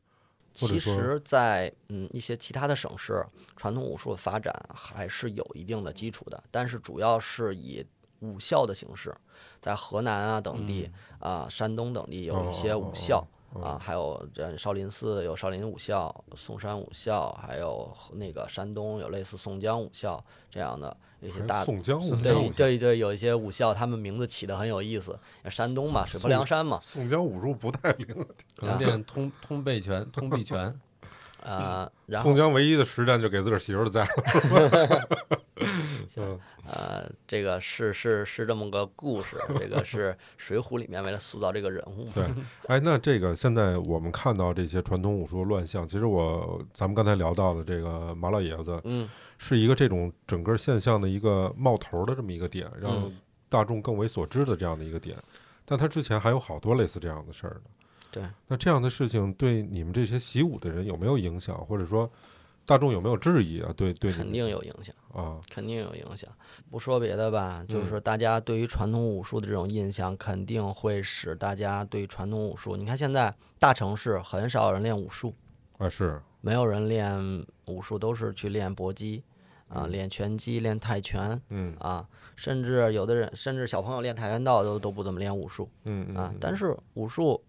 Speaker 1: 或者
Speaker 2: 其
Speaker 1: 说
Speaker 2: 实在，嗯一些其他的省市，传统武术的发展还是有一定的基础的，但是主要是以武校的形式，在河南啊等地啊、山东等地有一些
Speaker 1: 嗯哦哦
Speaker 2: 武
Speaker 1: 哦
Speaker 2: 校
Speaker 1: 哦
Speaker 2: 啊，还有这少林寺有少林武校、嵩山武校，还有和那个山东有类似宋江武校这样的有一些
Speaker 1: 还
Speaker 2: 大。
Speaker 1: 宋江武
Speaker 3: 宋江
Speaker 2: 哦对
Speaker 1: 术，
Speaker 2: 对对，有一些武校，他们名字起的很有意思，山东嘛，水泊梁山嘛，
Speaker 1: 宋江武术不太灵。
Speaker 3: 可能练通通背拳、通臂拳，
Speaker 2: 啊，然后
Speaker 1: 宋江唯一的实战就给自个儿媳妇儿栽了。嗯
Speaker 2: 呃，这个是是是这么个故事，这个是《水浒》里面为了塑造这个人物嘛。
Speaker 1: 对，哎，那这个现在我们看到这些传统武术的乱象，其实我咱们刚才聊到的这个麻老爷子，
Speaker 2: 嗯，
Speaker 1: 是一个这种整个现象的一个冒头的这么一个点，让
Speaker 2: 嗯
Speaker 1: 大众更为所知的这样的一个点。但他之前还有好多类似这样的事儿呢。
Speaker 2: 对，
Speaker 1: 那这样的事情对你们这些习武的人有没有影响，或者说大众有没有质疑啊？对对你们，
Speaker 2: 肯定有影响，
Speaker 1: 啊，
Speaker 2: 肯定有影响。不说别的吧，就是大家对于传统武术的这种印象，肯定会使大家对传统武术。你看现在大城市很少有人练武术，
Speaker 1: 啊是，
Speaker 2: 没有人练武术，都是去练搏击啊，练拳击、练泰拳
Speaker 1: 嗯
Speaker 2: 啊，甚至有的人，甚至小朋友练跆拳道都都不怎么练武术。
Speaker 1: 嗯嗯
Speaker 2: 啊
Speaker 1: 嗯，
Speaker 2: 但是武术，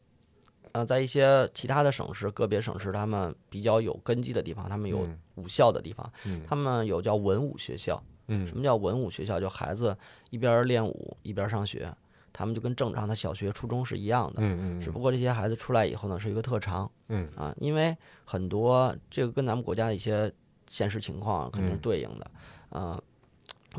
Speaker 2: 啊，在一些其他的省市、个别省市，他们比较有根基的地方，他们有
Speaker 1: 嗯
Speaker 2: 武校的地方，
Speaker 1: 嗯
Speaker 2: 他们有叫文武学校。什
Speaker 1: 嗯
Speaker 2: 么叫文武学校？就孩子一边练武一边上学，他们就跟正常的小学、初中是一样的。
Speaker 1: 嗯嗯，
Speaker 2: 只不过这些孩子出来以后呢，是一个特长。
Speaker 1: 嗯
Speaker 2: 啊，因为很多这个跟咱们国家的一些现实情况肯定是
Speaker 1: 嗯
Speaker 2: 对应的。嗯、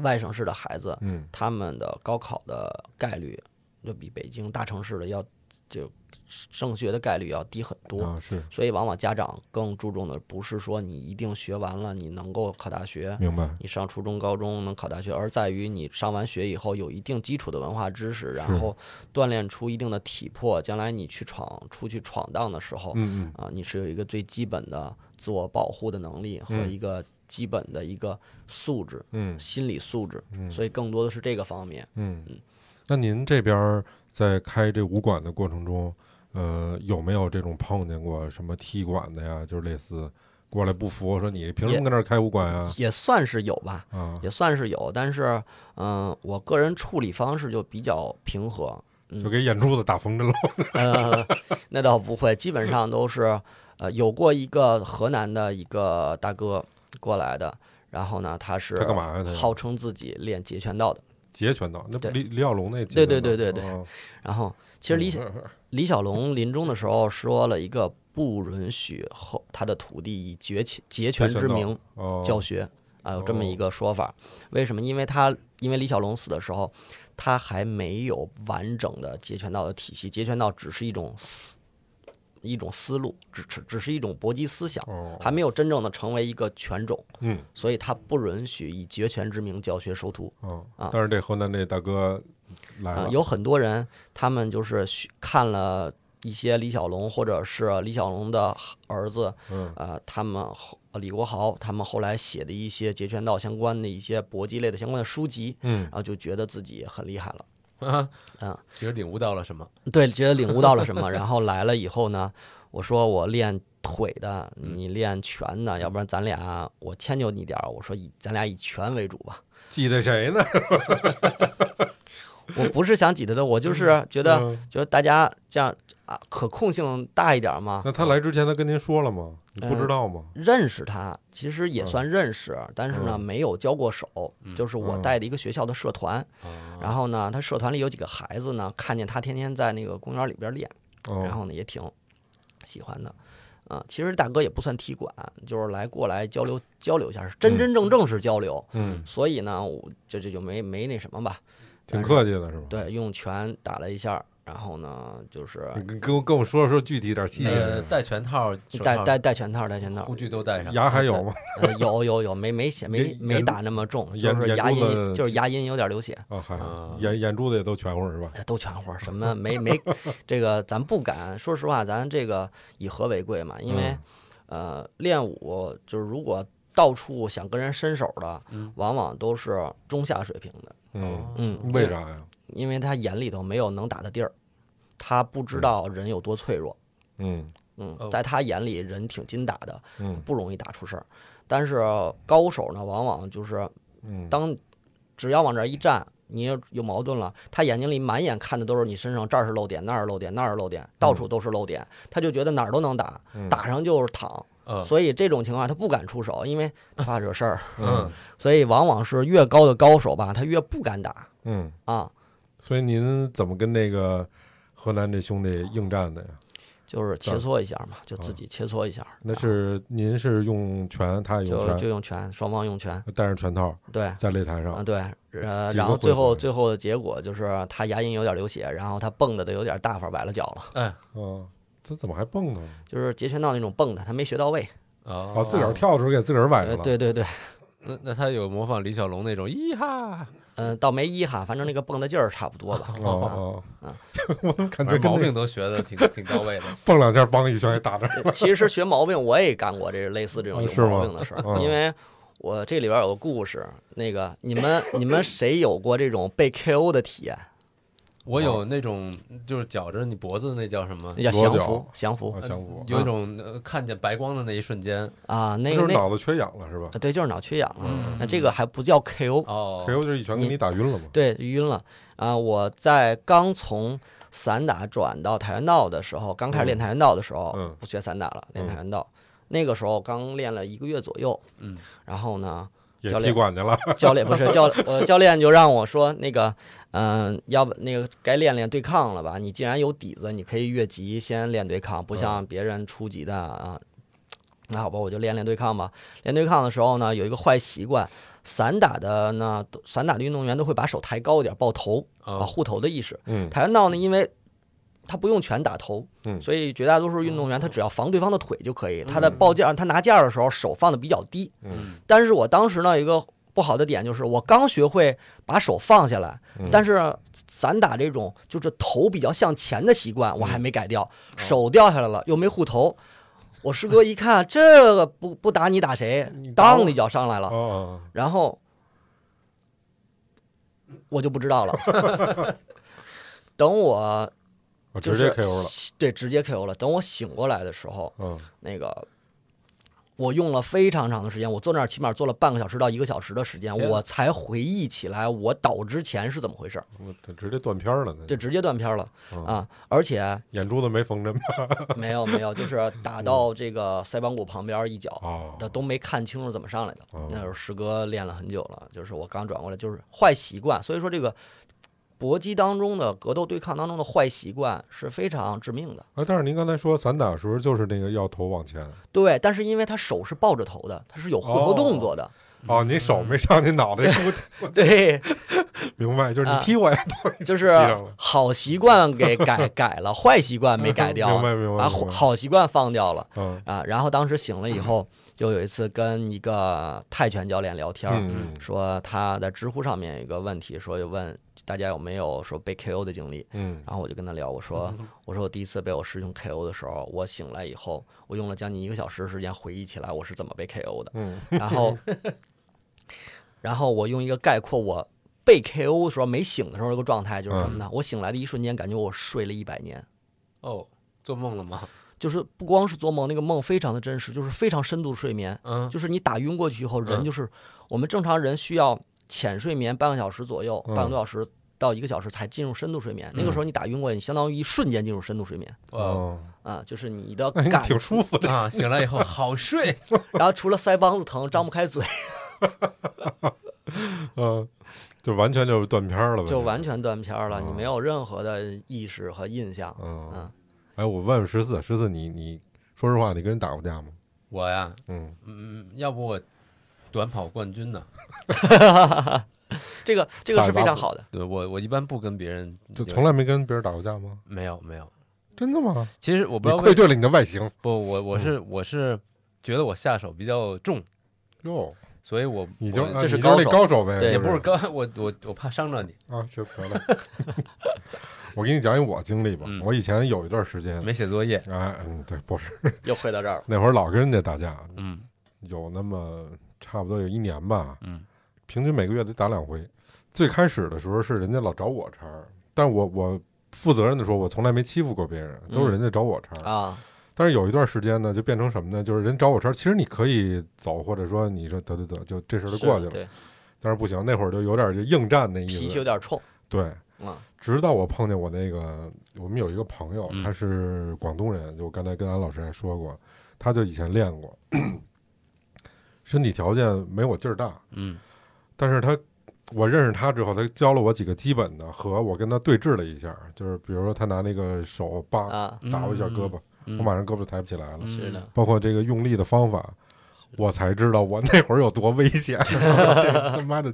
Speaker 2: 外省市的孩子，
Speaker 1: 嗯
Speaker 2: 他们的高考的概率就比北京大城市的要就升学的概率要低很多。
Speaker 1: 啊，是
Speaker 2: 所以往往家长更注重的不是说你一定学完了你能够考大学，
Speaker 1: 明白，
Speaker 2: 你上初中、高中能考大学，而在于你上完学以后有一定基础的文化知识，
Speaker 1: 是
Speaker 2: 然后锻炼出一定的体魄，将来你去闯出去闯荡的时候，
Speaker 1: 嗯
Speaker 2: 啊，你是有一个最基本的自我保护的能力和
Speaker 1: 嗯
Speaker 2: 一个基本的一个素质，
Speaker 1: 嗯
Speaker 2: 心理素质，
Speaker 1: 嗯
Speaker 2: 所以更多的是这个方面。
Speaker 1: 嗯嗯。那您这边儿在开这武馆的过程中，呃，有没有这种碰见过什么踢馆的呀？就是类似过来不服，说你凭什么
Speaker 2: 也
Speaker 1: 跟这儿开武馆啊呀？
Speaker 2: 也算是有吧，
Speaker 1: 啊，
Speaker 2: 也算是有，但是，嗯、我个人处理方式就比较平和，
Speaker 1: 就给眼珠子打风筝了。
Speaker 2: 呃，那倒不会，基本上都是，呃，有过一个河南的一个大哥过来的，然后呢，他是啊
Speaker 1: 他干嘛呀？他
Speaker 2: 号称自己练截拳道的，
Speaker 1: 截拳道，那不
Speaker 2: 对
Speaker 1: 李李小龙那截拳
Speaker 2: 对对
Speaker 1: 道
Speaker 2: 对对对
Speaker 1: 哦
Speaker 2: 然后其实李小
Speaker 1: 嗯
Speaker 2: 李小龙临终的时候说了一个不允许后他的徒弟以截拳截拳之名
Speaker 1: 哦
Speaker 2: 教学啊，有这么一个说法。为什么？因为他因为李小龙死的时候，他还没有完整的截拳道的体系，截拳道只是一种思一种思路，只只只是一种搏击思想，
Speaker 1: 哦，
Speaker 2: 还没有真正的成为一个拳种，
Speaker 1: 嗯
Speaker 2: 所以他不允许以截拳之名教学收徒。
Speaker 1: 哦
Speaker 2: 啊，
Speaker 1: 但是这河南这大哥来
Speaker 2: 啊、
Speaker 1: 了，
Speaker 2: 有很多人他们就是学看了一些李小龙或者是李小龙的儿子，
Speaker 1: 嗯
Speaker 2: 呃，他们后李国豪他们后来写的一些截拳道相关的一些搏击类的相关的书籍，
Speaker 1: 嗯
Speaker 2: 然后就觉得自己很厉害了。
Speaker 3: 啊，
Speaker 2: 嗯，
Speaker 3: 其实领悟到了什么？
Speaker 2: 对，觉得领悟到了 什么，然后来了以后呢，我说我练腿的，你练拳的，要不然咱俩我迁就你点儿，我说以咱俩以拳为主 吧。
Speaker 1: 记得谁呢？
Speaker 2: 我不是想挤兑的，我就是觉得
Speaker 1: 嗯
Speaker 2: 觉得大家这样啊，可控性大一点嘛。
Speaker 1: 那他来之前，他跟您说了吗？你不知
Speaker 2: 呃
Speaker 1: 道吗？
Speaker 2: 认识他，其实也
Speaker 1: 嗯
Speaker 2: 算认识，但是呢，
Speaker 1: 嗯
Speaker 2: 没有交过手。就是我
Speaker 1: 嗯哦
Speaker 2: 带的一个学校的社团，
Speaker 3: 啊
Speaker 2: 然后呢，他社团里有几个孩子呢，看见他天天在那个公园里边练，
Speaker 1: 哦，
Speaker 2: 然后呢也挺喜欢的。啊、其实大哥也不算踢馆，就是来过来交流交流一下，是真真正正是交流。
Speaker 1: 嗯，
Speaker 2: 所以呢，我这这就没没那什么吧，
Speaker 1: 挺
Speaker 2: 但是
Speaker 1: 客气的是吧？
Speaker 2: 对，用拳打了一下，然后呢就是
Speaker 1: 你跟跟我跟我说说具体点细
Speaker 3: 呃，
Speaker 1: 节，
Speaker 3: 戴拳套、手
Speaker 2: 带
Speaker 3: 套
Speaker 2: 带带拳套，带拳套
Speaker 3: 护，具都戴上。
Speaker 1: 牙还有吗？
Speaker 2: 呃，有有有，没没写没
Speaker 1: 眼
Speaker 2: 没
Speaker 1: 眼
Speaker 2: 打那么重，
Speaker 1: 眼
Speaker 2: 就是
Speaker 1: 眼
Speaker 2: 牙
Speaker 1: 珠
Speaker 2: 龈
Speaker 1: 子
Speaker 2: 就是牙龈有点流血，
Speaker 1: 啊，还
Speaker 3: 啊
Speaker 1: 眼眼珠子也都全乎是吧？
Speaker 2: 哎都全乎儿，什么没没这个咱不敢，说实话，咱这个以和为贵嘛，因为呃练武就是如果到处想跟人伸手的，往往都是中下水平的，
Speaker 1: 嗯，
Speaker 2: 嗯，
Speaker 1: 为啥呀？
Speaker 2: 因为他眼里头没有能打的地儿，他不知道人有多脆弱，
Speaker 1: 嗯
Speaker 2: 嗯
Speaker 3: 哦，
Speaker 2: 在他眼里人挺筋打的，
Speaker 1: 嗯
Speaker 2: 不容易打出事儿。但是高手呢，往往就是
Speaker 1: 嗯，
Speaker 2: 当只要往这儿一站，你有有矛盾了，他眼睛里满眼看的都是你身上这儿是漏点，那儿是漏点，那儿是漏点，到处都是漏点，他就觉得哪儿都能打，
Speaker 1: 嗯
Speaker 2: 打上就是躺。
Speaker 3: 呃，
Speaker 2: 所以这种情况他不敢出手，因为他怕惹事儿。
Speaker 1: 嗯
Speaker 2: 所以往往是越高的高手吧，他越不敢打
Speaker 1: 嗯，
Speaker 2: 啊。
Speaker 1: 所以您怎么跟这个河南这兄弟应战的呀？
Speaker 2: 就是切
Speaker 1: 对
Speaker 2: 磋一下嘛，就
Speaker 1: 嗯
Speaker 2: 自己切磋一下，
Speaker 1: 那是您是用拳，他也
Speaker 2: 啊就
Speaker 1: 用
Speaker 2: 就
Speaker 1: 拳，
Speaker 2: 用拳，双方用拳，
Speaker 1: 戴上拳套
Speaker 2: 对，
Speaker 1: 在擂台上
Speaker 2: 啊，对，呃，
Speaker 1: 几
Speaker 2: 然
Speaker 1: 个
Speaker 2: 后
Speaker 1: 回
Speaker 2: 最后
Speaker 1: 合
Speaker 2: 最后的结果就是他牙龈有点流血，然后他蹦的都有点大法崴了脚了，
Speaker 3: 哎，
Speaker 1: 啊，他怎么还蹦呢？
Speaker 2: 就是截拳道那种蹦的，他没学到位。
Speaker 1: 啊，
Speaker 3: 哦，
Speaker 1: 自个儿跳的时候给自个儿崴着
Speaker 2: 呃
Speaker 1: 了。
Speaker 2: 对对对，
Speaker 3: 那那他有模仿李小龙那种咿哈，
Speaker 2: 嗯，倒没一哈，反正那个蹦的劲儿差不多 吧。
Speaker 1: 哦哦
Speaker 2: 啊，
Speaker 1: 我怎么感
Speaker 3: 反
Speaker 1: 觉
Speaker 3: 正
Speaker 1: 跟
Speaker 3: 毛
Speaker 1: 那
Speaker 3: 病都学的挺挺到位的。
Speaker 1: 蹦两下，梆一拳给打 着。
Speaker 2: 对其实学毛病我也干过这类似这种
Speaker 1: 啊
Speaker 2: 有
Speaker 1: 是
Speaker 2: 毛
Speaker 1: 吗
Speaker 2: 病的事儿，
Speaker 1: 嗯
Speaker 2: 因为我这里边有个故事，那个你们你们谁有过这种被 KO 的体验？
Speaker 3: 我有那种就是绞着你脖子的那叫什么
Speaker 2: 那？叫
Speaker 1: 裸
Speaker 2: 降
Speaker 1: 脚
Speaker 2: 服，降服
Speaker 1: 啊，降服，
Speaker 3: 有一种呃看见白光的那一瞬间，
Speaker 2: 啊，那
Speaker 1: 就是
Speaker 2: 那
Speaker 1: 脑子缺氧了是吧
Speaker 2: 啊对，就是脑缺氧了。
Speaker 3: 嗯
Speaker 2: 那这个还不叫 KO，
Speaker 3: 哦
Speaker 1: ？KO 就是一拳给你打晕了嘛。
Speaker 2: 对，晕了啊！我在刚从散打转到跆拳道的时候，刚开始练跆拳道的时候，
Speaker 1: 嗯
Speaker 2: 不学散打了，练
Speaker 1: 嗯
Speaker 2: 跆拳道。那个时候刚练了一个月左右，
Speaker 3: 嗯，
Speaker 2: 然后呢，
Speaker 1: 也
Speaker 2: 教
Speaker 1: 踢
Speaker 2: 练
Speaker 1: 馆去 了，
Speaker 2: 教练不是教呃教练就让我说那个，嗯、要不那个该练练对抗了吧？你既然有底子，你可以越级先练对抗，不像别人初级的啊。那好吧，我就练练对抗吧。练对抗的时候呢，有一个坏习惯，散打的呢，都散打的运动员都会把手抬高一点，抱头啊，
Speaker 3: 哦
Speaker 2: 护头的意识。
Speaker 1: 嗯
Speaker 2: 跆拳道呢，因为他不用拳打头，
Speaker 1: 嗯
Speaker 2: 所以绝大多数运动员他只要防对方的腿就可以。他在报价，他拿架的时候手放的比较低，
Speaker 3: 嗯
Speaker 2: 但是我当时呢，有一个不好的点就是我刚学会把手放下来，
Speaker 1: 嗯
Speaker 2: 但是散打这种就是头比较向前的习惯
Speaker 1: 嗯
Speaker 2: 我还没改
Speaker 1: 哦
Speaker 2: 掉，手掉下来了又没护头。我师哥一看这个不不打你打谁
Speaker 1: 你，打我
Speaker 2: 当一脚上来了，
Speaker 1: 哦，
Speaker 2: 然后我就不知道了。 等我
Speaker 1: 我
Speaker 2: 就
Speaker 1: 哦直接
Speaker 2: 是
Speaker 1: KO 了，
Speaker 2: 对，直接 KO 了。等我醒过来的时候，
Speaker 1: 嗯
Speaker 2: 那个我用了非常长的时间，我坐那儿起码坐了半个小时到一个小时的时间，
Speaker 3: 天啊
Speaker 2: 我才回忆起来我倒之前是怎么回事儿，，
Speaker 1: 我这直接断片儿了呢，
Speaker 2: 就直接断片儿了
Speaker 1: 嗯
Speaker 2: 啊！而且
Speaker 1: 眼珠子没缝针吧？
Speaker 2: 没有没有，就是打到这个腮帮骨旁边一脚，
Speaker 1: 哦，
Speaker 2: 这都没看清楚怎么上来的。
Speaker 1: 哦
Speaker 2: 那时候师哥练了很久了，就是我刚转过来，就是坏习惯。所以说这个搏击当中的格斗对抗当中的坏习惯是非常致命的。
Speaker 1: 哎，但是您刚才说散打的时候就是那个要头往前，
Speaker 2: 对，但是因为他手是抱着头的，他是有护头动作 的。
Speaker 1: 哦，你手
Speaker 2: 嗯
Speaker 1: 没上你脑袋，
Speaker 2: 对，
Speaker 1: 明白？就是你
Speaker 2: 啊
Speaker 1: 踢我呀，
Speaker 2: 就是
Speaker 1: 记上了
Speaker 2: 好习惯 给改改了，坏习惯没改掉，啊
Speaker 1: 明白明白
Speaker 2: 把
Speaker 1: 明白
Speaker 2: 好好习惯放掉了
Speaker 1: 嗯
Speaker 2: 啊。然后当时醒了以后，就有一次跟一个泰拳教练聊天儿，
Speaker 1: 嗯
Speaker 2: 说他在知乎上面有一个问题，说就问大家有没有说被 KO 的经历。
Speaker 1: 嗯
Speaker 2: 然后我就跟他聊，我说我说我第一次被我师兄 KO 的时候，我醒来以后，我用了将近一个小时的时间回忆起来我是怎么被 KO 的。
Speaker 1: 嗯
Speaker 2: 然后，然后我用一个概括我被 KO 的时候没醒的时候那个状态就是什么呢？我醒来的一瞬间，感觉我睡了一百年，
Speaker 3: 哦，做梦了吗？
Speaker 2: 就是不光是做梦，那个梦非常的真实，就是非常深度睡眠，
Speaker 3: 嗯，
Speaker 2: 就是你打晕过去以后，人
Speaker 3: 嗯
Speaker 2: 就是我们正常人需要浅睡眠半个小时左右，半
Speaker 1: 嗯
Speaker 2: 个多小时。到一个小时才进入深度睡眠，那个时候你打晕过去，你相当于一瞬间进入深度睡眠
Speaker 3: 哦
Speaker 1: 哦，
Speaker 2: 啊，就是你的
Speaker 1: 那你
Speaker 2: 感，
Speaker 1: 哎挺舒服的，
Speaker 3: 啊，醒来以后好睡，
Speaker 2: 然后除了腮帮子疼、张不开嘴，
Speaker 1: 嗯，就完全就是断片儿了呗，
Speaker 2: 就完全断片儿了，你
Speaker 1: 哦
Speaker 2: 没有任何的意识和印象。
Speaker 1: 嗯
Speaker 2: 嗯。
Speaker 1: 哎，我问问十四，十四，你你说实话，你跟人打过架吗？
Speaker 3: 我呀，
Speaker 1: 嗯，
Speaker 3: 嗯，要不我短跑冠军呢？
Speaker 2: 这个这个
Speaker 1: 反
Speaker 2: 是非
Speaker 1: 吧
Speaker 2: 常好的，
Speaker 3: 对我，我一般不跟别人有，
Speaker 1: 就从来没跟别人打过架吗？
Speaker 3: 没有没有。
Speaker 1: 真的吗？
Speaker 3: 其实我不
Speaker 1: 你
Speaker 3: 知道为
Speaker 1: 愧对了你的外形
Speaker 3: 不，我我是我是觉得我下手比较重，
Speaker 1: 哟，
Speaker 3: 所以我
Speaker 1: 你就
Speaker 3: 我
Speaker 1: 啊
Speaker 2: 这是
Speaker 1: 你就是那
Speaker 2: 高
Speaker 1: 高
Speaker 2: 手
Speaker 1: 手呗，
Speaker 2: 对
Speaker 3: 也
Speaker 1: 就
Speaker 3: 不是刚我我我怕伤着你，
Speaker 1: 啊，行得 了。我给你讲一我经历吧，
Speaker 3: 嗯
Speaker 1: 我以前有一段时间，
Speaker 3: 没写作业。
Speaker 1: 哎，嗯，对，不是
Speaker 2: 又回到这儿了。
Speaker 1: 那会儿老跟人家打架，
Speaker 3: 嗯
Speaker 1: 有那么差不多有一年吧，
Speaker 3: 嗯
Speaker 1: 平均每个月得打两回。最开始的时候是人家老找我茬儿，但我我负责任的说，我从来没欺负过别人，
Speaker 3: 嗯
Speaker 1: 都是人家找我茬儿。
Speaker 2: 啊，
Speaker 1: 但是有一段时间呢，就变成什么呢？就是人找我茬儿，其实你可以走，或者说你说得得得，就这事儿就是过去
Speaker 2: 的
Speaker 1: 了。
Speaker 2: 对，
Speaker 1: 但是不行，那会儿就有点就应战那
Speaker 2: 脾
Speaker 1: 意
Speaker 2: 气有
Speaker 1: 思。
Speaker 2: 点冲
Speaker 1: 对，
Speaker 2: 啊，
Speaker 1: 直到我碰见我那个，我们有一个朋友，
Speaker 3: 嗯
Speaker 1: 他是广东人，就我刚才跟安老师也说过，他就以前练过， 身体条件没我劲儿大，
Speaker 3: 嗯
Speaker 1: 但是他我认识他之后，他教了我几个基本的，和我跟他对峙了一下，就是比如说他拿那个手叭
Speaker 2: 啊，
Speaker 1: 打我一下胳膊，
Speaker 3: 嗯
Speaker 1: 我马上胳膊就抬不起来了，
Speaker 3: 嗯
Speaker 2: 是的，
Speaker 1: 包括这个用力的方法。我才知道我那会儿有多危险， 这个他妈的，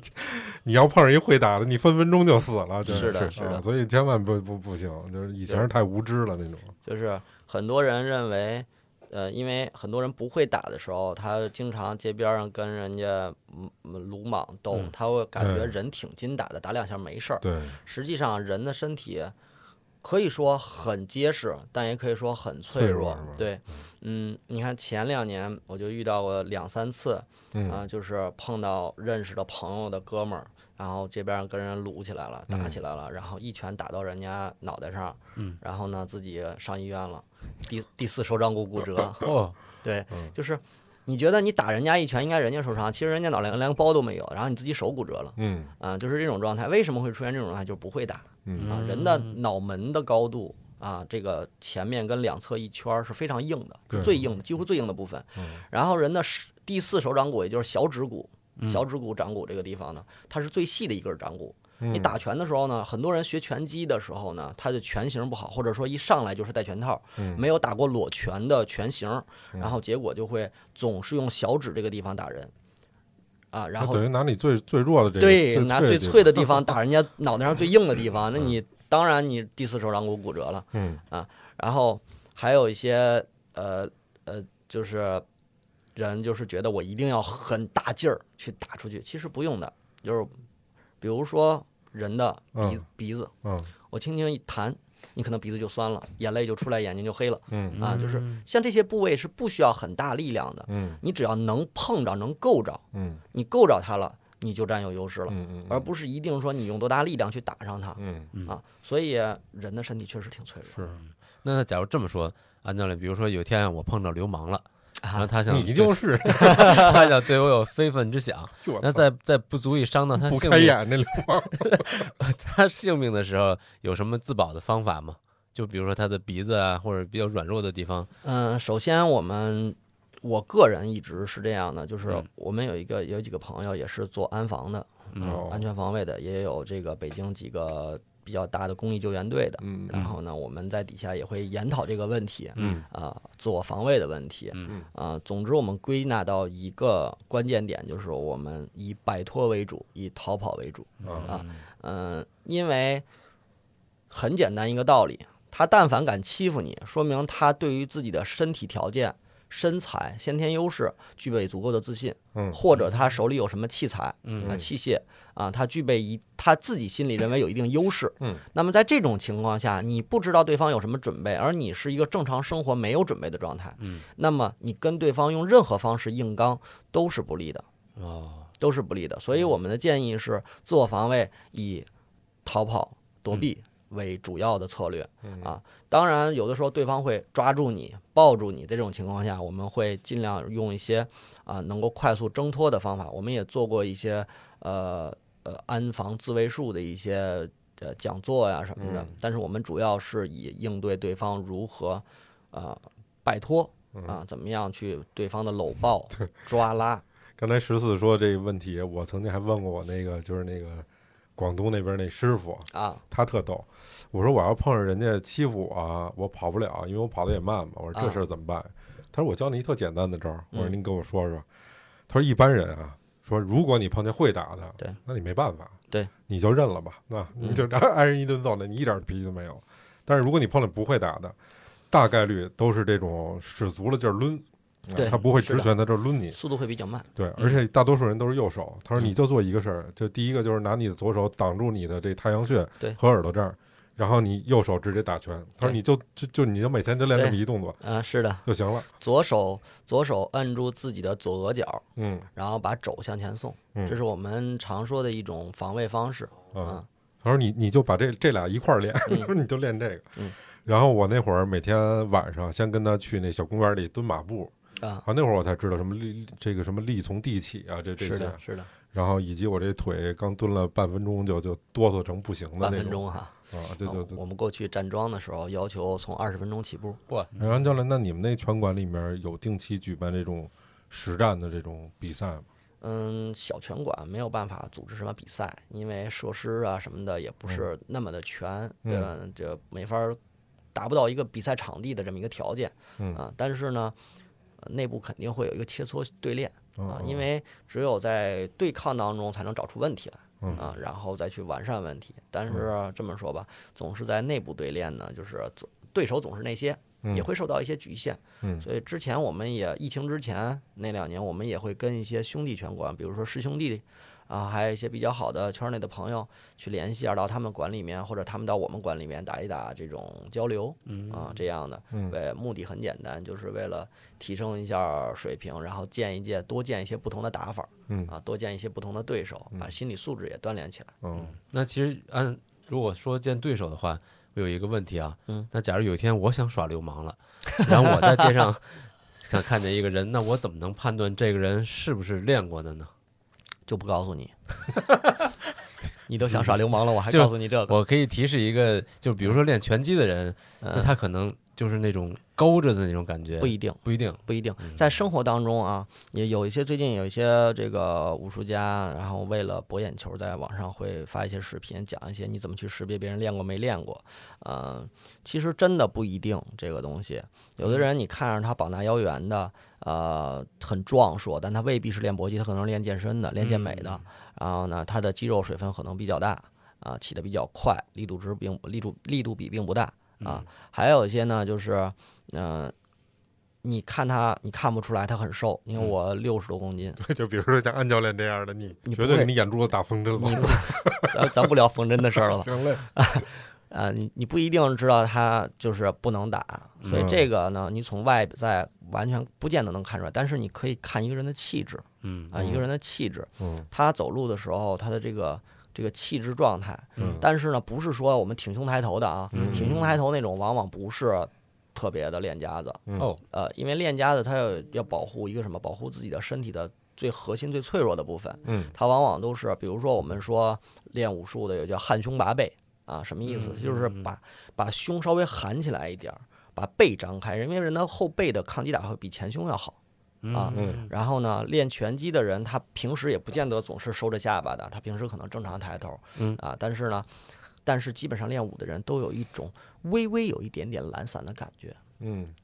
Speaker 1: 你要碰上一会打的，你分分钟就死了。真
Speaker 2: 是的
Speaker 1: 是
Speaker 2: 是的
Speaker 1: 啊所以千万不不不行，就是以前是太无知了那种。
Speaker 2: 就是很多人认为，呃，因为很多人不会打的时候，他经常街边上跟人家嗯鲁莽斗
Speaker 3: 嗯，
Speaker 2: 他会感觉
Speaker 1: 嗯
Speaker 2: 人挺筋打的，打两下没事儿。
Speaker 1: 对，
Speaker 2: 实际上，人的身体可以说很结实，但也可以说很脆
Speaker 1: 脆
Speaker 2: 弱
Speaker 1: 弱是吧。
Speaker 2: 对，嗯，你看前两年我就遇到过两三次，
Speaker 1: 嗯，
Speaker 2: 啊，就是碰到认识的朋友的哥们儿，然后这边跟人撸起来了，打
Speaker 1: 嗯
Speaker 2: 起来了，然后一拳打到人家脑袋上，
Speaker 3: 嗯，，
Speaker 2: 然后呢自己上医院了，第第四手掌骨骨
Speaker 1: 嗯
Speaker 2: 折
Speaker 3: 哦，
Speaker 2: 对，就是你觉得你打人家一拳应该人家受伤，其实人家脑袋连个包都没有，然后你自己手骨折了。
Speaker 1: 嗯，
Speaker 2: 啊，就是这种状态，为什么会出现这种状态？就是不会打，
Speaker 1: 嗯
Speaker 2: 啊，人的脑门的高度啊，这个前面跟两侧一圈儿是非常硬的，
Speaker 1: 对嗯
Speaker 2: 是最硬的，几乎最硬的部分。然后人的十第四手掌骨，也就是小指骨，小指骨掌骨这个地方呢，它是最细的一根掌骨。
Speaker 1: 嗯
Speaker 2: 你打拳的时候呢，很多人学拳击的时候呢，他的拳型不好，或者说一上来就是带拳套，
Speaker 1: 嗯
Speaker 2: 没有打过裸拳的拳型，然后结果就会总是用小指这个地方打人，啊，然
Speaker 1: 他
Speaker 2: 后
Speaker 1: 等于拿你最最弱的这个，
Speaker 2: 对，
Speaker 1: 最
Speaker 2: 拿
Speaker 1: 脆的
Speaker 2: 最
Speaker 1: 地
Speaker 2: 脆的地方打人家脑袋上最硬的地方，那你当然你第四手掌骨骨折了，啊
Speaker 1: 嗯
Speaker 2: 然后还有一些呃呃，就是人就是觉得我一定要很大劲儿去打出去，其实不用的，就是比如说人的鼻、
Speaker 1: 嗯
Speaker 2: 鼻子，
Speaker 1: 嗯
Speaker 2: 我轻轻一弹，你可能鼻子就酸了，眼泪就出来，眼睛就黑了。
Speaker 1: 嗯
Speaker 2: 啊就是像这些部位是不需要很大力量的，
Speaker 1: 嗯
Speaker 2: 你只要能碰着、能够着，
Speaker 1: 嗯
Speaker 2: 你够着它了，你就占有优势了，
Speaker 1: 嗯
Speaker 2: 而不是一定说你用多大力量去打上它
Speaker 1: 嗯
Speaker 2: 啊。所以人的身体确实挺脆弱。
Speaker 1: 是
Speaker 3: 那假如这么说，按教练，比如说有一天我碰到流氓了，然后他想
Speaker 1: 啊你 就是
Speaker 3: 对 他想对我有非分 之想，
Speaker 1: 我
Speaker 3: 那
Speaker 1: 操
Speaker 3: 在在不足以伤到他
Speaker 1: 不
Speaker 3: 性
Speaker 1: 开
Speaker 3: 命
Speaker 1: 眼这流氓，
Speaker 3: 他性命的时候，有什么自保的方法吗？就比如说他的鼻子啊，或者比较软弱的地方，
Speaker 2: 嗯，首先我们我个人一直是这样的，就是
Speaker 3: 嗯
Speaker 2: 我们有一个有几个朋友也是做安防的，
Speaker 1: 哦
Speaker 3: 嗯
Speaker 2: 安全防卫的，也有这个北京几个比较大的公益救援队的。
Speaker 1: 嗯
Speaker 2: 然后呢，我们在底下也会研讨这个问题，啊、
Speaker 3: 嗯
Speaker 2: 自我防卫的问题，啊、
Speaker 3: 嗯
Speaker 2: 总之我们归纳到一个关键点，就是我们以摆脱为主，以逃跑为主。
Speaker 1: 啊
Speaker 2: 啊，嗯，因为很简单一个道理，他但凡敢欺负你，说明他对于自己的身体条件、身材、先天优势具备足够的自信，
Speaker 1: 嗯
Speaker 2: 或者他手里有什么器材、啊
Speaker 3: 嗯
Speaker 2: 器械啊，他具备一他自己心里认为有一定优势，
Speaker 1: 嗯，
Speaker 2: 那么在这种情况下，你不知道对方有什么准备，而你是一个正常生活没有准备的状态，
Speaker 3: 嗯，
Speaker 2: 那么你跟对方用任何方式硬刚都是不利的。
Speaker 3: 哦，
Speaker 2: 都是不利的。所以我们的建议是，自我防卫以逃跑、躲避为主要的策略、啊。当然，有的时候对方会抓住你、抱住你，在这种情况下，我们会尽量用一些啊、能够快速挣脱的方法。我们也做过一些呃呃安防自卫术的一些呃讲座呀、什么的，但是我们主要是以应对对方如何呃摆脱。啊，怎么样去对方的搂抱、抓拉，
Speaker 1: 刚才十四说这个问题，我曾经还问过我那个就是那个广东那边那师傅，
Speaker 2: 啊，
Speaker 1: 他特逗。我说我要碰上人家欺负我啊，我跑不了，因为我跑得也慢嘛。我说
Speaker 2: 啊
Speaker 1: 这事儿怎么办？他说我教你一特简单的招儿。我说
Speaker 2: 嗯
Speaker 1: 您跟我说说。他说一般人啊，说如果你碰见会打的，
Speaker 2: 对，
Speaker 1: 那你没办法，
Speaker 2: 对，
Speaker 1: 你就认了吧， 那你就挨人一顿揍，那你一点脾气都没有。但是如果你碰见不会打的，大概率都是这种使足了劲儿抡，啊
Speaker 2: 对
Speaker 1: 他不会
Speaker 2: 是
Speaker 1: 直
Speaker 2: 的
Speaker 1: 拳在这儿抡你。
Speaker 2: 速度会比较慢。
Speaker 1: 对，而且大多数人都是右手。他
Speaker 2: 嗯
Speaker 1: 说你就做一个事儿，就第一个就是拿你的左手挡住你的这太阳穴
Speaker 2: 对
Speaker 1: 和耳朵这儿，然后你右手直接打拳。他说
Speaker 2: 对
Speaker 1: 你就就就你就每天就练这么一动作
Speaker 2: 嗯、是的，
Speaker 1: 就行了。
Speaker 2: 左手左手摁住自己的左额角，
Speaker 1: 嗯
Speaker 2: 然后把肘向前送，
Speaker 1: 嗯
Speaker 2: 这是我们常说的一种防卫方式。
Speaker 1: 啊
Speaker 2: 嗯，
Speaker 1: 他说你你就把这这俩一块儿练，他 说你就练这个
Speaker 2: 嗯。
Speaker 1: 然后我那会儿每天晚上先跟他去那小公园里蹲马步
Speaker 2: 啊，
Speaker 1: 啊，那会儿我才知道什么力这个什么力从地起啊，这这
Speaker 2: 是
Speaker 1: 些
Speaker 2: 的，，是的，
Speaker 1: 然后以及我这腿刚蹲了半分钟就就哆嗦成不行的
Speaker 2: 半
Speaker 1: 那
Speaker 2: 分
Speaker 1: 种
Speaker 2: 钟哈。
Speaker 1: 啊，对
Speaker 2: 啊
Speaker 1: 对对，
Speaker 2: 我们过去站桩的时候，要求从二十分钟起步。
Speaker 3: 不，
Speaker 1: 然后教练，那你们那拳馆里面有定期举办这种实战的这种比赛吗？
Speaker 2: 嗯，小拳馆没有办法组织什么比赛，因为设施啊什么的也不是
Speaker 1: 嗯
Speaker 2: 那么的全，对吧？这没法儿达不到一个比赛场地的这么一个条件，
Speaker 1: 嗯
Speaker 2: 啊，但是呢，呃内部肯定会有一个切磋对练啊
Speaker 1: 嗯，
Speaker 2: 因为只有在对抗当中才能找出问题来
Speaker 1: 嗯
Speaker 2: 啊，然后再去完善问题。但是这么说吧，总是在内部对练呢，就是总对手总是那些，也会受到一些局限。
Speaker 1: 嗯
Speaker 2: 所以之前我们也疫情之前那两年，我们也会跟一些兄弟拳馆，比如说师兄弟，啊，还有一些比较好的圈内的朋友去联系，啊，到他们馆里面，或者他们到我们馆里面打一打这种交流，
Speaker 1: 嗯
Speaker 2: 啊，这样的，为目的很简单，就是为了提升一下水平，然后见一见，多见一些不同的打法，
Speaker 1: 嗯
Speaker 2: 啊，多见一些不同的对手，把心理素质也锻炼起来。
Speaker 1: 嗯
Speaker 3: 那其实按如果说见对手的话，我有一个问题啊，
Speaker 2: 嗯，
Speaker 3: 那假如有一天我想耍流氓了， 然后我在街上 想看见一个人，那我怎么能判断这个人是不是练过的呢？
Speaker 2: 就不告诉你， 你都想耍流氓了，我还
Speaker 3: 就
Speaker 2: 告诉你这个，
Speaker 3: 我可以提示一个，就比如说练拳击的人，那
Speaker 2: 嗯，
Speaker 3: 他可能就是那种勾着的那种感觉，
Speaker 2: 不一定。
Speaker 3: 不一定，
Speaker 2: 不一定，在生活当中啊，也有一些最近有一些这个武术家，然后为了博眼球，在网上会发一些视频，讲一些你怎么去识别别人练过没练过。呃，其实真的不一定这个东西。有的人你看着他膀大腰圆的，呃，很壮硕，但他未必是练搏击，他可能是练健身的，练健美的。然后呢，他的肌肉水分可能比较大。啊起得比较快，力度值并力度力度比并不大啊。还有一些呢，就是嗯、呃你看他你看不出来他很瘦，
Speaker 1: 嗯
Speaker 2: 因为我六十多公 斤，
Speaker 1: 就比如说像安教练这样的，你
Speaker 2: 你
Speaker 1: 绝
Speaker 2: 不
Speaker 1: 对给
Speaker 2: 会
Speaker 1: 你眼珠子打风筝
Speaker 2: 你
Speaker 1: 了。
Speaker 2: 咱咱不聊缝针的事儿了吧？
Speaker 1: 行嘞，
Speaker 2: 啊，你你不一定知道他就是不能打，所以
Speaker 1: 嗯
Speaker 2: 这个呢，你从外在完全不见得能看出来，但是你可以看一个人的气质
Speaker 3: 嗯
Speaker 2: 啊，一个人的气质，
Speaker 1: 嗯
Speaker 2: 他走路的时候他的这个这个气质状态，
Speaker 1: 嗯
Speaker 2: 但是呢，不是说我们挺胸抬头的啊，
Speaker 1: 嗯
Speaker 2: 挺胸抬头那种往往不是特别的练家子，
Speaker 1: 嗯
Speaker 3: 哦
Speaker 2: 呃，因为练家子他要要保护一个什么，保护自己的身体的最核心、最脆弱的部分，
Speaker 1: 嗯
Speaker 2: 它往往都是，比如说我们说练武术的有叫含胸拔背啊，什么意思？
Speaker 3: 嗯
Speaker 2: 就是
Speaker 3: 嗯嗯
Speaker 2: 把把胸稍微含起来一点儿，把背张开，因为人的后背的抗击打会比前胸要好。啊
Speaker 1: 嗯
Speaker 2: 然后呢，练拳击的人他平时也不见得总是收着下巴的，他平时可能正常抬头，
Speaker 3: 嗯
Speaker 2: 啊，但是呢，但是基本上练武的人都有一种微微有一点点懒散的感觉。
Speaker 1: 嗯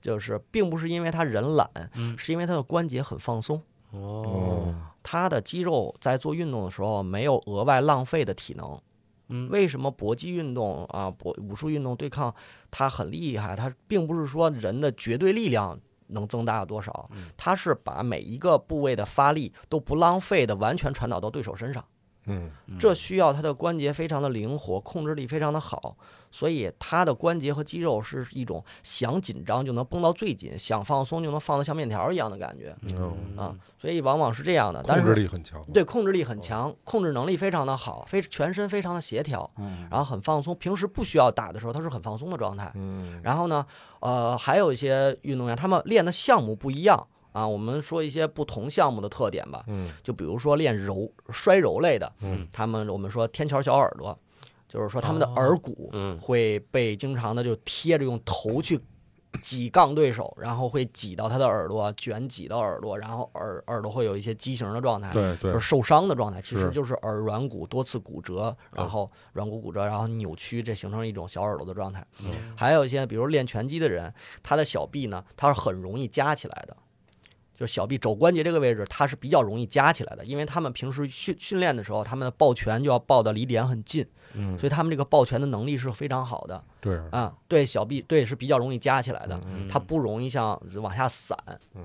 Speaker 2: 就是，并不是因为他人懒，
Speaker 3: 嗯
Speaker 2: 是因为他的关节很放松，
Speaker 3: 哦，
Speaker 2: 他的肌肉在做运动的时候没有额外浪费的体能。
Speaker 3: 嗯
Speaker 2: 为什么搏击运动啊，搏武术运动对抗它很厉害？它并不是说人的绝对力量能增大多少，
Speaker 3: 嗯
Speaker 2: 它是把每一个部位的发力都不浪费的，完全传导到对手身上。
Speaker 1: 嗯
Speaker 2: 这需要他的关节非常的灵活，控制力非常的好，所以他的关节和肌肉是一种想紧张就能绷到最紧，想放松就能放得像面条一样的感觉
Speaker 1: 嗯，
Speaker 2: 啊，所以往往是这样的。但
Speaker 1: 控
Speaker 2: 是
Speaker 1: 制力很强。
Speaker 2: 对，控制力很强，控制能力非常的好，非全身非常的协调，然后很放松。平时不需要打的时候，他是很放松的状态。
Speaker 1: 嗯
Speaker 2: 然后呢，呃，还有一些运动员，他们练的项目不一样啊。我们说一些不同项目的特点吧，
Speaker 1: 嗯
Speaker 2: 就比如说练柔摔柔类的，
Speaker 1: 嗯哦
Speaker 2: 他们我们说天桥小耳朵，就是说他们的耳骨
Speaker 3: 嗯
Speaker 2: 会被经常的就贴着用头去挤杠对手，然后会挤到他的耳朵，卷挤到耳朵，然后耳耳朵会有一些畸形的状态。
Speaker 1: 对对
Speaker 2: 就是受伤的状态，其
Speaker 1: 是啊
Speaker 2: 实就是耳软骨多次骨折，然后软骨骨折，然后扭曲，这形成一种小耳朵的状态。
Speaker 1: 嗯
Speaker 2: 还有一些，比如练拳击的人，他的小臂呢，它是很容易夹起来的，就是小臂肘关节这个位置，它是比较容易夹起来的，因为他们平时训训练的时候，他们的抱拳就要抱的离点很近，
Speaker 1: 嗯
Speaker 2: 所以他们这个抱拳的能力是非常好的
Speaker 1: 对，
Speaker 2: 啊。对小臂，对是比较容易夹起来的，
Speaker 1: 嗯
Speaker 2: 它不容易像往下散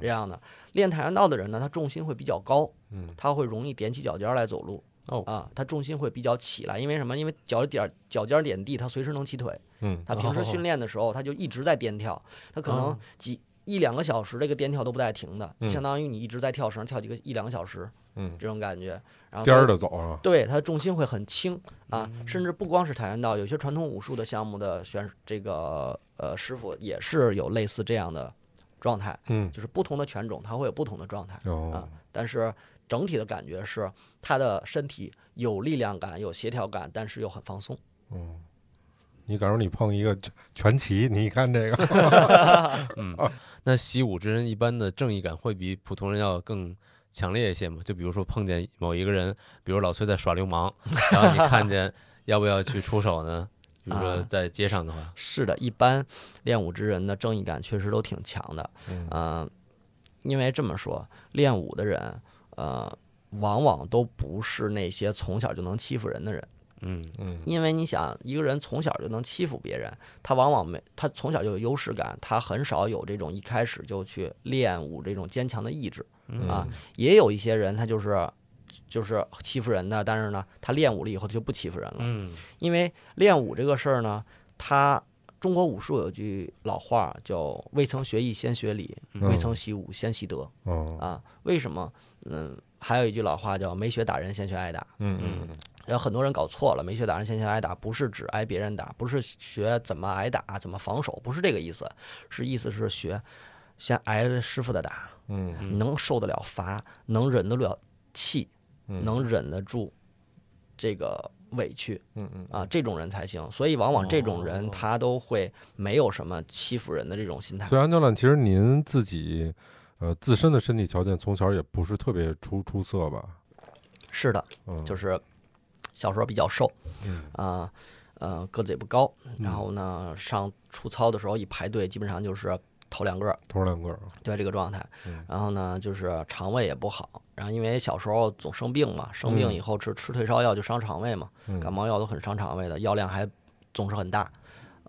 Speaker 2: 这样的。练跆拳道的人呢，他重心会比较高。
Speaker 1: 嗯
Speaker 2: 他会容易踮起脚尖儿来走路。
Speaker 3: 哦
Speaker 2: 啊，他重心会比较起来，因为什么？因为脚点儿脚尖儿点地，他随时能起腿。
Speaker 1: 嗯
Speaker 2: 他平时训练的时候，他就一直在颠跳，他可能
Speaker 3: 哦
Speaker 2: 几一两个小时这个颠跳都不带停的，
Speaker 1: 嗯
Speaker 2: 相当于你一直在跳绳跳几个一两个小时
Speaker 1: 嗯，
Speaker 2: 这种感觉。然后
Speaker 1: 颠
Speaker 2: 他
Speaker 1: 儿的走啊，
Speaker 2: 对，它的重心会很轻啊，
Speaker 1: 嗯
Speaker 2: 甚至不光是跆拳道，有些传统武术的项目的选这个呃师傅也是有类似这样的状态，
Speaker 1: 嗯
Speaker 2: 就是不同的拳种它会有不同的状态。
Speaker 1: 哦
Speaker 2: 啊，但是整体的感觉是他的身体有力量感、有协调感，但是又很放松。
Speaker 1: 嗯，你假如你碰一个拳拳旗，你一看这个，
Speaker 3: 那习武之人一般的正义感会比普通人要更强烈一些吗？就比如说碰见某一个人，比如老崔在耍流氓， 然后你看见，要不要去出手呢？比如说
Speaker 2: 啊
Speaker 3: 在街上的 话，
Speaker 2: 是的，一般练武之人的正义感确实都挺强的。
Speaker 1: 嗯
Speaker 2: 呃因为这么说，练武的人，呃，往往都不是那些从小就能欺负人的人。
Speaker 3: 嗯
Speaker 1: 嗯
Speaker 2: 因为你想，一个人从小就能欺负别人，他往往没他从小就有优势感，他很少有这种一开始就去练武这种坚强的意志
Speaker 1: 嗯
Speaker 2: 啊。也有一些人他就是就是欺负人的，但是呢，他练武了以后他就不欺负人了，
Speaker 3: 嗯
Speaker 2: 因为练武这个事儿呢，他中国武术有句老话叫“未曾学艺先学礼，未曾习武先习德”
Speaker 1: 哦
Speaker 2: 啊。为什么？嗯，还有一句老话叫“没学打人先学挨打”。
Speaker 1: 嗯嗯
Speaker 2: 然后很多人搞错了，没学打人先学挨打，不是指挨别人打，不是学怎么挨打、怎么防守，不是这个意思，是意思是学先挨师傅的打，
Speaker 1: 嗯
Speaker 2: 能受得了罚，能忍得了气，
Speaker 1: 嗯
Speaker 2: 能忍得住这个委屈
Speaker 1: 嗯嗯
Speaker 2: 啊，这种人才行。所以往往这种人他都会没有什么欺负人的这种心态
Speaker 1: 所。以安教练，其实您自己呃自身的身体条件从小也不是特别出出色吧？
Speaker 2: 是的，
Speaker 1: 嗯，
Speaker 2: 就是是小时候比较瘦，
Speaker 1: 嗯
Speaker 2: 啊、呃，个子也不高，然后呢，上出操的时候一排队，基本上就是头两个儿，
Speaker 1: 头两个，
Speaker 2: 对这个状态
Speaker 1: 嗯。
Speaker 2: 然后呢，就是肠胃也不好，然后因为小时候总生病嘛，生病以后吃吃退烧药就伤肠胃嘛，
Speaker 1: 嗯
Speaker 2: 感冒药都很伤肠胃的，药量还总是很大。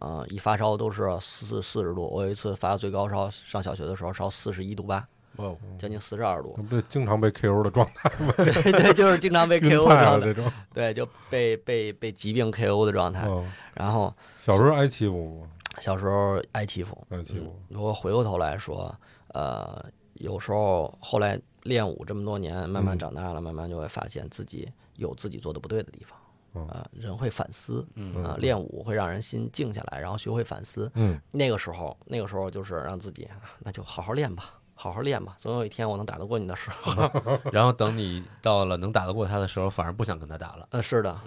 Speaker 2: 嗯、一发烧都是四四十度，我有一次发最高烧，上小学的时候烧四十一度八，
Speaker 3: 哦，
Speaker 2: 将近四十 二度
Speaker 1: 那，不就经常被 KO 的状态，
Speaker 2: 对对，就是经常被
Speaker 1: 晕
Speaker 2: KO
Speaker 1: 菜
Speaker 2: 的
Speaker 1: 了这
Speaker 2: 状态，哎
Speaker 1: 种。
Speaker 2: 对，就被被被疾病 KO 的状态。
Speaker 1: 哦，
Speaker 2: 然后
Speaker 1: 小时候挨欺负吗？
Speaker 2: 小时候挨欺负，
Speaker 1: 挨欺负，
Speaker 2: 如果回过头来说，呃，有时候后来练武这么多年，慢慢长大了，慢慢就会发现自己有自己做的不对的地方。
Speaker 1: 哦
Speaker 2: 啊、人会反思，
Speaker 3: 嗯
Speaker 2: 啊、练武会让人心静下来，然后学会反思。
Speaker 1: 嗯，
Speaker 2: 那个时候，那个时候就是让自己，啊那就好好练吧，好好练吧，总有一天我能打得过你的时候。
Speaker 3: 然后等你到了能打得过他的时候，反而不想跟他打了。
Speaker 2: 嗯，是的，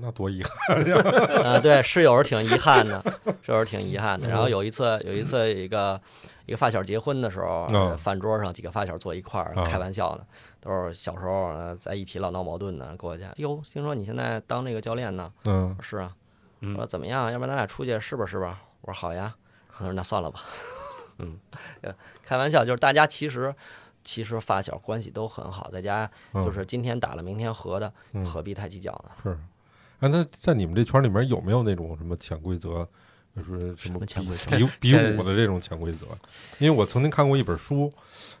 Speaker 1: 那多遗憾。
Speaker 2: 呃，对，是有时候挺遗憾 的，是有时候挺遗憾的。然
Speaker 1: 嗯
Speaker 2: 后有一次，有一次有一个一个发小结婚的时候，
Speaker 1: 嗯
Speaker 2: 饭桌上几个发小坐一块儿
Speaker 1: 啊
Speaker 2: 开玩笑呢，都是小时候呃在一起老闹矛盾呢，过去，哟，听说你现在当这个教练呢？
Speaker 1: 嗯
Speaker 2: 我说是啊，
Speaker 3: 嗯
Speaker 2: 我说怎么样？要不然咱俩出去试吧试吧？我说好呀。他说那算了吧，
Speaker 3: 嗯
Speaker 2: 呃，开玩笑，就是大家其实其实发小关系都很好，在家
Speaker 1: 嗯
Speaker 2: 就是今天打了明天和的，
Speaker 1: 嗯
Speaker 2: 何必太计较呢？
Speaker 1: 是。 哎，那在你们这圈里面有没有那种什么潜规则，就是什
Speaker 2: 什
Speaker 1: 么
Speaker 2: 么潜规则
Speaker 1: 比比 武的这种潜规则？因为我曾经看过一本书，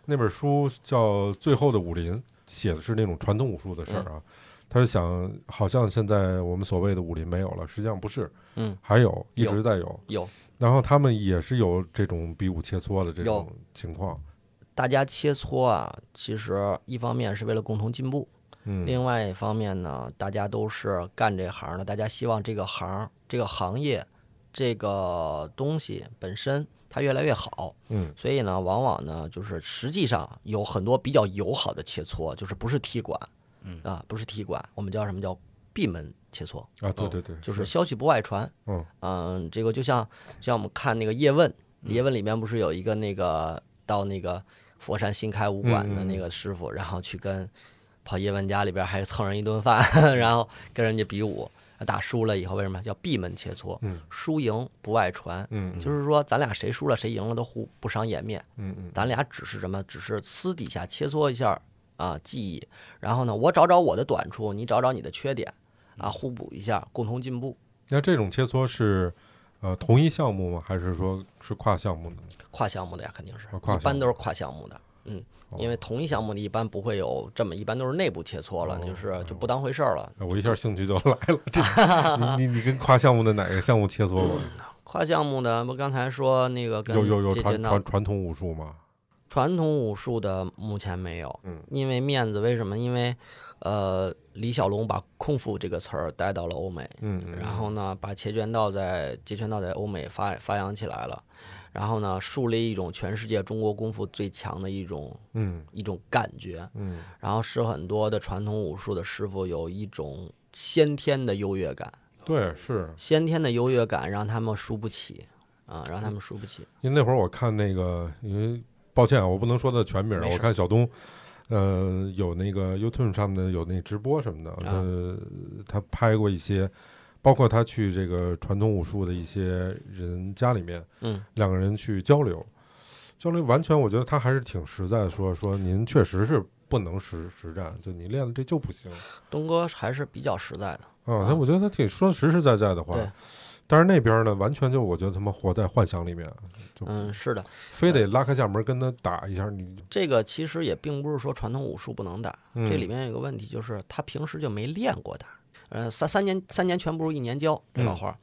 Speaker 1: 那本书叫《最后的武林》，写的是那种传统武术的事儿
Speaker 2: 嗯
Speaker 1: 啊。他是想，好像现在我们所谓的武林没有了，实际上不是，
Speaker 2: 嗯，
Speaker 1: 还有，一
Speaker 2: 有
Speaker 1: 直在有。
Speaker 2: 有
Speaker 1: 然后他们也是有这种比武切磋的这种
Speaker 2: 有
Speaker 1: 情况。
Speaker 2: 大家切磋啊，其实一方面是为了共同进步，
Speaker 1: 嗯
Speaker 2: 另外一方面呢，大家都是干这行的，大家希望这个行、这个行业、这个东西本身它越来越好。
Speaker 1: 嗯
Speaker 2: 所以呢，往往呢，就是实际上有很多比较友好的切磋，就是不是踢馆，嗯啊，不是踢馆，我们叫什么叫闭门切磋，
Speaker 1: 啊，对对对，
Speaker 2: 嗯就是消息不外传。
Speaker 1: 嗯
Speaker 2: 嗯，这个就像像我们看那个《叶问》，《
Speaker 1: 嗯
Speaker 2: 叶问》里面不是有一个那个到那个佛山新开武馆的那个师
Speaker 1: 嗯
Speaker 2: 傅，然后去跟跑叶问家里边还蹭人一顿 饭，然后跟人家比武，打输了以后为什么叫闭门切磋？
Speaker 1: 嗯
Speaker 2: 输赢不外传，
Speaker 1: 嗯嗯
Speaker 2: 就是说咱俩谁输了谁赢了都互不伤颜面，
Speaker 1: 嗯嗯
Speaker 2: 咱俩只是什么？只是私底下切磋一下儿啊技艺，然后呢，我找找我的短处，你找找你的缺点，啊，互补一下，共同进步。
Speaker 1: 那这种切磋是呃同一项目吗？还是说是跨项目呢？
Speaker 2: 跨项目的呀，肯定是
Speaker 1: 啊，跨
Speaker 2: 一
Speaker 1: 项
Speaker 2: 般
Speaker 1: 哦
Speaker 2: 都是跨项目的。嗯，因为同一项目的一般不会有这么，一般都是内部切磋
Speaker 1: 哦
Speaker 2: 了，就是就不当回事儿了。
Speaker 1: 哎我一下兴趣就来了。 这你你你跟跨项目的哪个项目切磋过？
Speaker 2: 跨项目的不刚才说那个嗯跟
Speaker 1: 有有有
Speaker 2: 接接
Speaker 1: 传
Speaker 2: 到
Speaker 1: 传传统武术吗？
Speaker 2: 传统武术的目前没有，
Speaker 1: 嗯
Speaker 2: 因为面子，为什么？因为呃，李小龙把空腹这个词儿带到了欧美，
Speaker 1: 嗯嗯
Speaker 2: 然后呢，把截拳道在截拳道在欧美发发扬起来了，然后呢，树立一种全世界中国功夫最强的一种
Speaker 1: 嗯
Speaker 2: 一种感觉，
Speaker 1: 嗯
Speaker 2: 然后使很多的传统武术的师傅有一种先天的优越感，
Speaker 1: 对，是
Speaker 2: 先天的优越感让他们输不起啊，让他们输不起。
Speaker 1: 因为那会儿我看那个，因为抱歉啊，我不能说他的全名儿，
Speaker 2: 没事
Speaker 1: 我看小东。呃，有那个 YouTube 上面的有那直播什么
Speaker 2: 啊
Speaker 1: 的，他、他拍过一些，包括他去这个传统武术的一些人家里面，
Speaker 2: 嗯，
Speaker 1: 两个人去交流，交流完全我觉得他还是挺实在的说，说您确实是不能实实战，就你练的这就不行啊。
Speaker 2: 东哥还是比较实在的，
Speaker 1: 那我觉得他挺说实实在在的话
Speaker 2: 啊对，
Speaker 1: 但是那边呢，完全就我觉得他妈活在幻想里面，就
Speaker 2: 嗯，是的，
Speaker 1: 非得拉开下门跟他打一下，你就
Speaker 2: 这个其实也并不是说传统武术不能打，
Speaker 1: 嗯
Speaker 2: 这里面有个问题就是他平时就没练过打，呃，三三年三年拳不如一年教这
Speaker 1: 嗯
Speaker 2: 老话儿。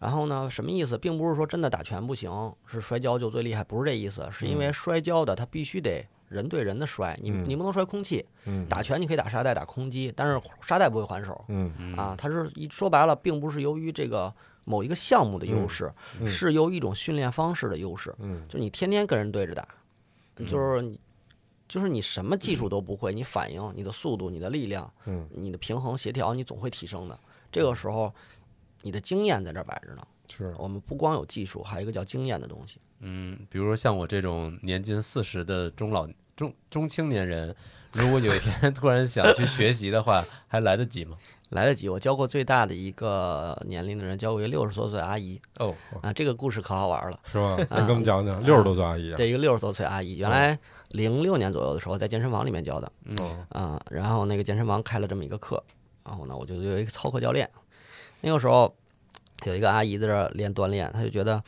Speaker 2: 然后呢，什么意思？并不是说真的打拳不行，是摔跤就最厉害，不是这意思，是因为摔跤的他必须得人对人的摔，你
Speaker 1: 嗯
Speaker 2: 你不能摔空气，
Speaker 1: 嗯
Speaker 2: 打拳你可以打沙袋、打空击，但是沙袋不会还手
Speaker 1: 嗯
Speaker 2: 啊。它是一说白了，并不是由于这个某一个项目的优势，
Speaker 1: 嗯
Speaker 2: 是由一种训练方式的优势。
Speaker 1: 嗯
Speaker 2: 就你天天跟人对着打，就是你就是你什么技术都不会，你反应、你的速度、你的力量、
Speaker 1: 嗯
Speaker 2: 你的平衡协调，你总会提升的。这个时候，你的经验在这儿摆着呢。
Speaker 1: 是
Speaker 2: 我们不光有技术，还有一个叫经验的东西。
Speaker 3: 嗯，比如说像我这种年近四十的中老 中中青年人，如果有一天突然想去学习的话，还来得及吗？
Speaker 2: 来得及。我教过最大的一个年龄的人，教过一个六十多岁的阿姨
Speaker 3: 哦，
Speaker 2: 啊，这个故事可好玩了。
Speaker 1: 是 吧？你给我们讲讲，六十多岁阿姨啊，
Speaker 2: 这一个六十多岁阿姨，原来零六年左右的时候在健身房里面教的
Speaker 3: 嗯
Speaker 2: 啊、然后那个健身房开了这么一个课，然后呢，我就有一个操课教练，那个时候有一个阿姨在这儿练锻炼，她就觉得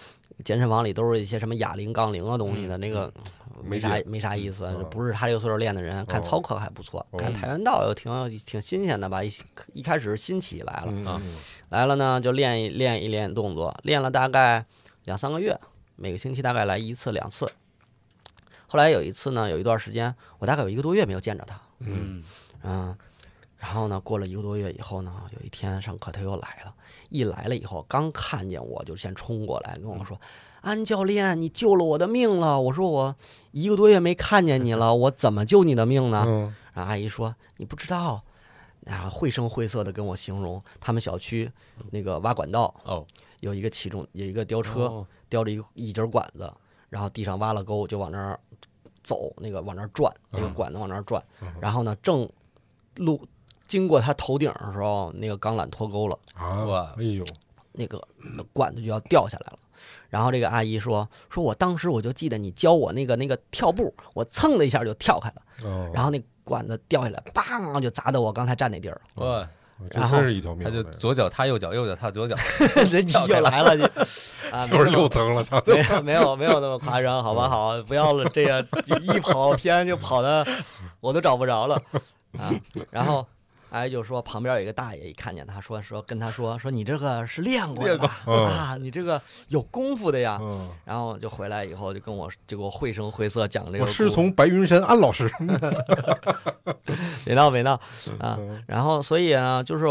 Speaker 2: 健身房里都是一些什么哑铃、杠铃啊东西的，那个
Speaker 1: 嗯没
Speaker 2: 没啥
Speaker 1: 劲
Speaker 2: 没啥意思，
Speaker 1: 嗯
Speaker 2: 不是她这个岁数练的人，看
Speaker 1: 哦
Speaker 2: 操课还不错，看跆拳道又挺挺新鲜的吧，一一开始新奇来了，
Speaker 1: 嗯
Speaker 3: 啊
Speaker 2: 来了呢，就练一练一练动作，练了大概两三个月，每个星期大概来一次两次。后来有一次呢，有一段时间，我大概有一个多月没有见着他，
Speaker 3: 嗯
Speaker 2: 嗯，然后呢，过了一个多月以后呢，有一天上课他又来了，一来了以后，刚看见我就先冲过来跟我说：“安教练，你救了我的命了。”我说：“我一个多月没看见你了，我怎么救你的命呢？”
Speaker 1: 嗯
Speaker 2: 然后阿姨说：“你不知道。”然后绘声绘色的跟我形容他们小区那个挖管道
Speaker 3: 哦，
Speaker 2: 有一个其中有一个吊车
Speaker 3: 哦
Speaker 2: 吊着一个一节管子，然后地上挖了沟就往那儿走，那个往那儿转，那个管子往那儿转，然后呢正路经过他头顶的时候，那个钢缆脱钩了，
Speaker 1: 啊
Speaker 3: 哇，
Speaker 1: 哎呦，
Speaker 2: 那个管子就要掉下来了。然后这个阿姨说：“说我当时我就记得你教我那个那个跳步，我蹭的一下就跳开了。”
Speaker 1: 哦，
Speaker 2: 然后那管子掉下来，梆就砸到我刚才站那 地儿了。
Speaker 3: 哇，
Speaker 1: 这
Speaker 2: 然后
Speaker 1: 真是一条命
Speaker 3: 他
Speaker 1: 啊，
Speaker 3: 就
Speaker 1: 这
Speaker 3: 左脚踏右脚，右脚踏左脚，
Speaker 2: 你又来了，你 啊，没
Speaker 1: 又是
Speaker 2: 有
Speaker 1: 六层了，差不多
Speaker 2: 没有没有没有那么夸张，好吧好，不要了，这样一跑偏就跑的我都找不着了啊。然后哎就说旁边有一个大爷一看见他说说跟他说说你这个是练过的吧
Speaker 1: 练过嗯
Speaker 2: 啊，你这个有功夫的呀。
Speaker 1: 嗯，
Speaker 2: 然后就回来以后就跟我就给我绘声绘色讲这个
Speaker 1: 我
Speaker 2: 故事，
Speaker 1: 师从白云山安老师
Speaker 2: 没闹没闹啊。
Speaker 1: 嗯
Speaker 2: 然后所以呢，就是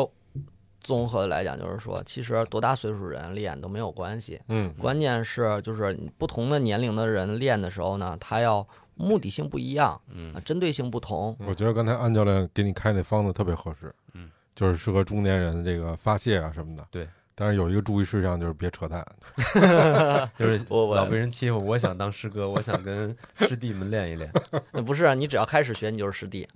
Speaker 2: 综合来讲，就是说，其实多大岁数人练都没有关系，
Speaker 1: 嗯
Speaker 2: 关键是就是你不同的年龄的人练的时候呢，他要目的性不一样，
Speaker 3: 嗯
Speaker 2: 啊，针对性不同。
Speaker 1: 我觉得刚才安教练给你开那方子特别合适，
Speaker 3: 嗯，
Speaker 1: 就是适合中年人这个发泄啊什么的。
Speaker 3: 对，
Speaker 1: 但是有一个注意事项就是别扯淡。
Speaker 3: 就是
Speaker 2: 我
Speaker 3: 老被人欺负，我想当师 哥，我想跟师弟们练一练。
Speaker 2: 不是啊你只要开始学，你就是师弟。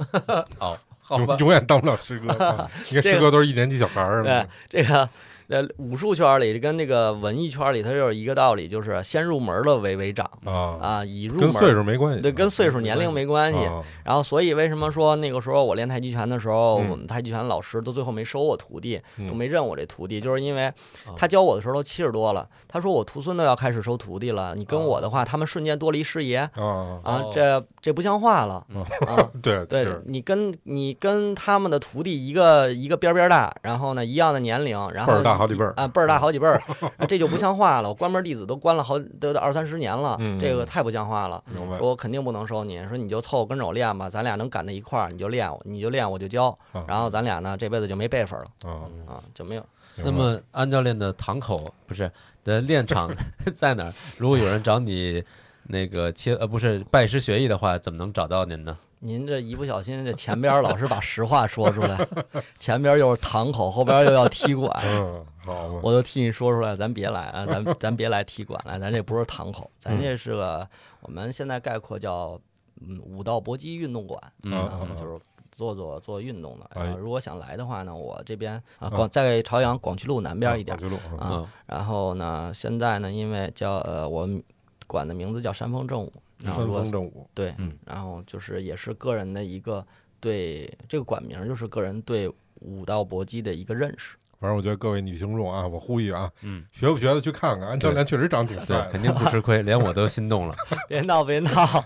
Speaker 3: 哦，好吧
Speaker 1: 永，永远当不了师 哥，啊你看
Speaker 2: 这个
Speaker 1: 师哥都是一年级小孩儿
Speaker 2: 对
Speaker 1: 呢。，
Speaker 2: 这个呃，武术圈里跟这个文艺圈里，它就是一个道理，就是先入门的为为长
Speaker 1: 啊，
Speaker 2: 啊，以入
Speaker 1: 跟岁
Speaker 2: 门。
Speaker 1: 数没关系，
Speaker 2: 对，跟岁数、
Speaker 3: 没
Speaker 2: 年
Speaker 3: 关
Speaker 2: 龄
Speaker 3: 系
Speaker 2: 没关系。
Speaker 1: 啊
Speaker 2: 然后，所以为什么说那个时候我练太极拳的时候，
Speaker 1: 嗯
Speaker 2: 我们太极拳老师都最后没收我徒弟，
Speaker 1: 嗯
Speaker 2: 都没认我这徒弟，就是因为
Speaker 3: 哦
Speaker 2: 他教我的时候都七十多了，他说我徒孙都要开始收徒弟了，你跟
Speaker 3: 哦
Speaker 2: 我的话，他们瞬间多了一师爷
Speaker 1: 啊，
Speaker 2: 啊
Speaker 3: 哦，
Speaker 2: 这这不像话了
Speaker 1: 嗯
Speaker 2: 啊！
Speaker 1: 对
Speaker 2: 对
Speaker 1: 是
Speaker 2: 你跟你跟他们的徒弟一个一个边边大，然后呢一样的年龄，然
Speaker 1: 辈
Speaker 2: 后
Speaker 1: 儿大好几辈儿。
Speaker 2: 啊，辈儿大好几 辈儿，啊这就不像话了。我关门弟子都关了好都二三十年了
Speaker 1: 嗯，
Speaker 2: 这个太不像话了。
Speaker 1: 明白
Speaker 2: 说我肯定不能收你，说你就凑合跟着我练吧，咱俩能赶到一块儿，你就练，你就练，我就教
Speaker 1: 啊，
Speaker 2: 然后咱俩呢这辈子就没辈分了
Speaker 1: 啊。
Speaker 2: 啊，就没有。
Speaker 1: 明白
Speaker 3: 那么安教练的堂口不是的练场 在哪儿？如果有人找你那个切呃不是拜师学艺的话，怎么能找到您呢？
Speaker 2: 您这一不小心，这前边儿老是把实话说出来， 前边儿又是堂口，后边儿又要踢馆，
Speaker 1: 嗯，好嘛，
Speaker 2: 我都替你说出来，咱别来啊，咱咱别来踢馆了，咱这不是堂口，咱这是个我们现在概括叫嗯武道搏击运动馆
Speaker 3: 嗯
Speaker 2: 啊
Speaker 1: 嗯，
Speaker 2: 就是做做做运动的。
Speaker 1: 哎
Speaker 2: 啊如果想来的话呢，我这边啊
Speaker 1: 啊
Speaker 2: 广在朝阳广渠路南边一点
Speaker 1: 啊广渠路啊
Speaker 2: 啊，
Speaker 3: 嗯
Speaker 2: 然后呢，现在呢，因为叫呃我们管的名字叫山峰正午，然后
Speaker 1: 山
Speaker 2: 如果
Speaker 1: 峰正午
Speaker 2: 对，
Speaker 3: 嗯
Speaker 2: 然后就是也是个人的一个对这个馆名，就是个人对武道搏击的一个认识。
Speaker 1: 反正我觉得各位女听众啊，我呼吁啊，
Speaker 3: 嗯，
Speaker 1: 学不学的去看看，安教练确实长挺帅
Speaker 3: 对，
Speaker 1: 的
Speaker 3: 肯。定不吃亏，连我都心动了。
Speaker 2: 别闹，别闹，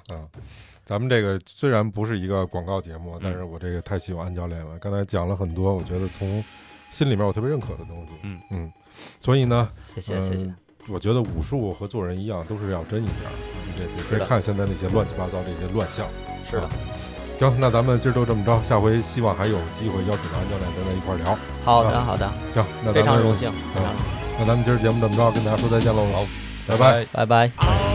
Speaker 1: 咱们这个虽然不是一个广告节目
Speaker 3: 嗯，
Speaker 1: 但是我这个太喜欢安教练了。刚才讲了很多，我觉得从心里面我特别认可的东西。
Speaker 3: 嗯
Speaker 1: 所以呢，
Speaker 2: 谢谢谢谢
Speaker 1: 嗯，我觉得武术和做人一样，都是要真一点儿。你别你
Speaker 2: 是
Speaker 1: 别
Speaker 2: 的
Speaker 1: 看现在那些乱七八糟这些乱象。
Speaker 2: 是的，
Speaker 1: 行，那咱们今儿就这么着，下回希望还有机会邀请到安教练咱在一块儿聊。
Speaker 2: 好的好的，
Speaker 1: 行，那咱们
Speaker 2: 非常荣幸，非常荣幸，
Speaker 1: 那咱们今儿节目这么着，跟大家说再见喽。
Speaker 3: 好，
Speaker 1: 拜拜。
Speaker 2: 拜拜。
Speaker 4: All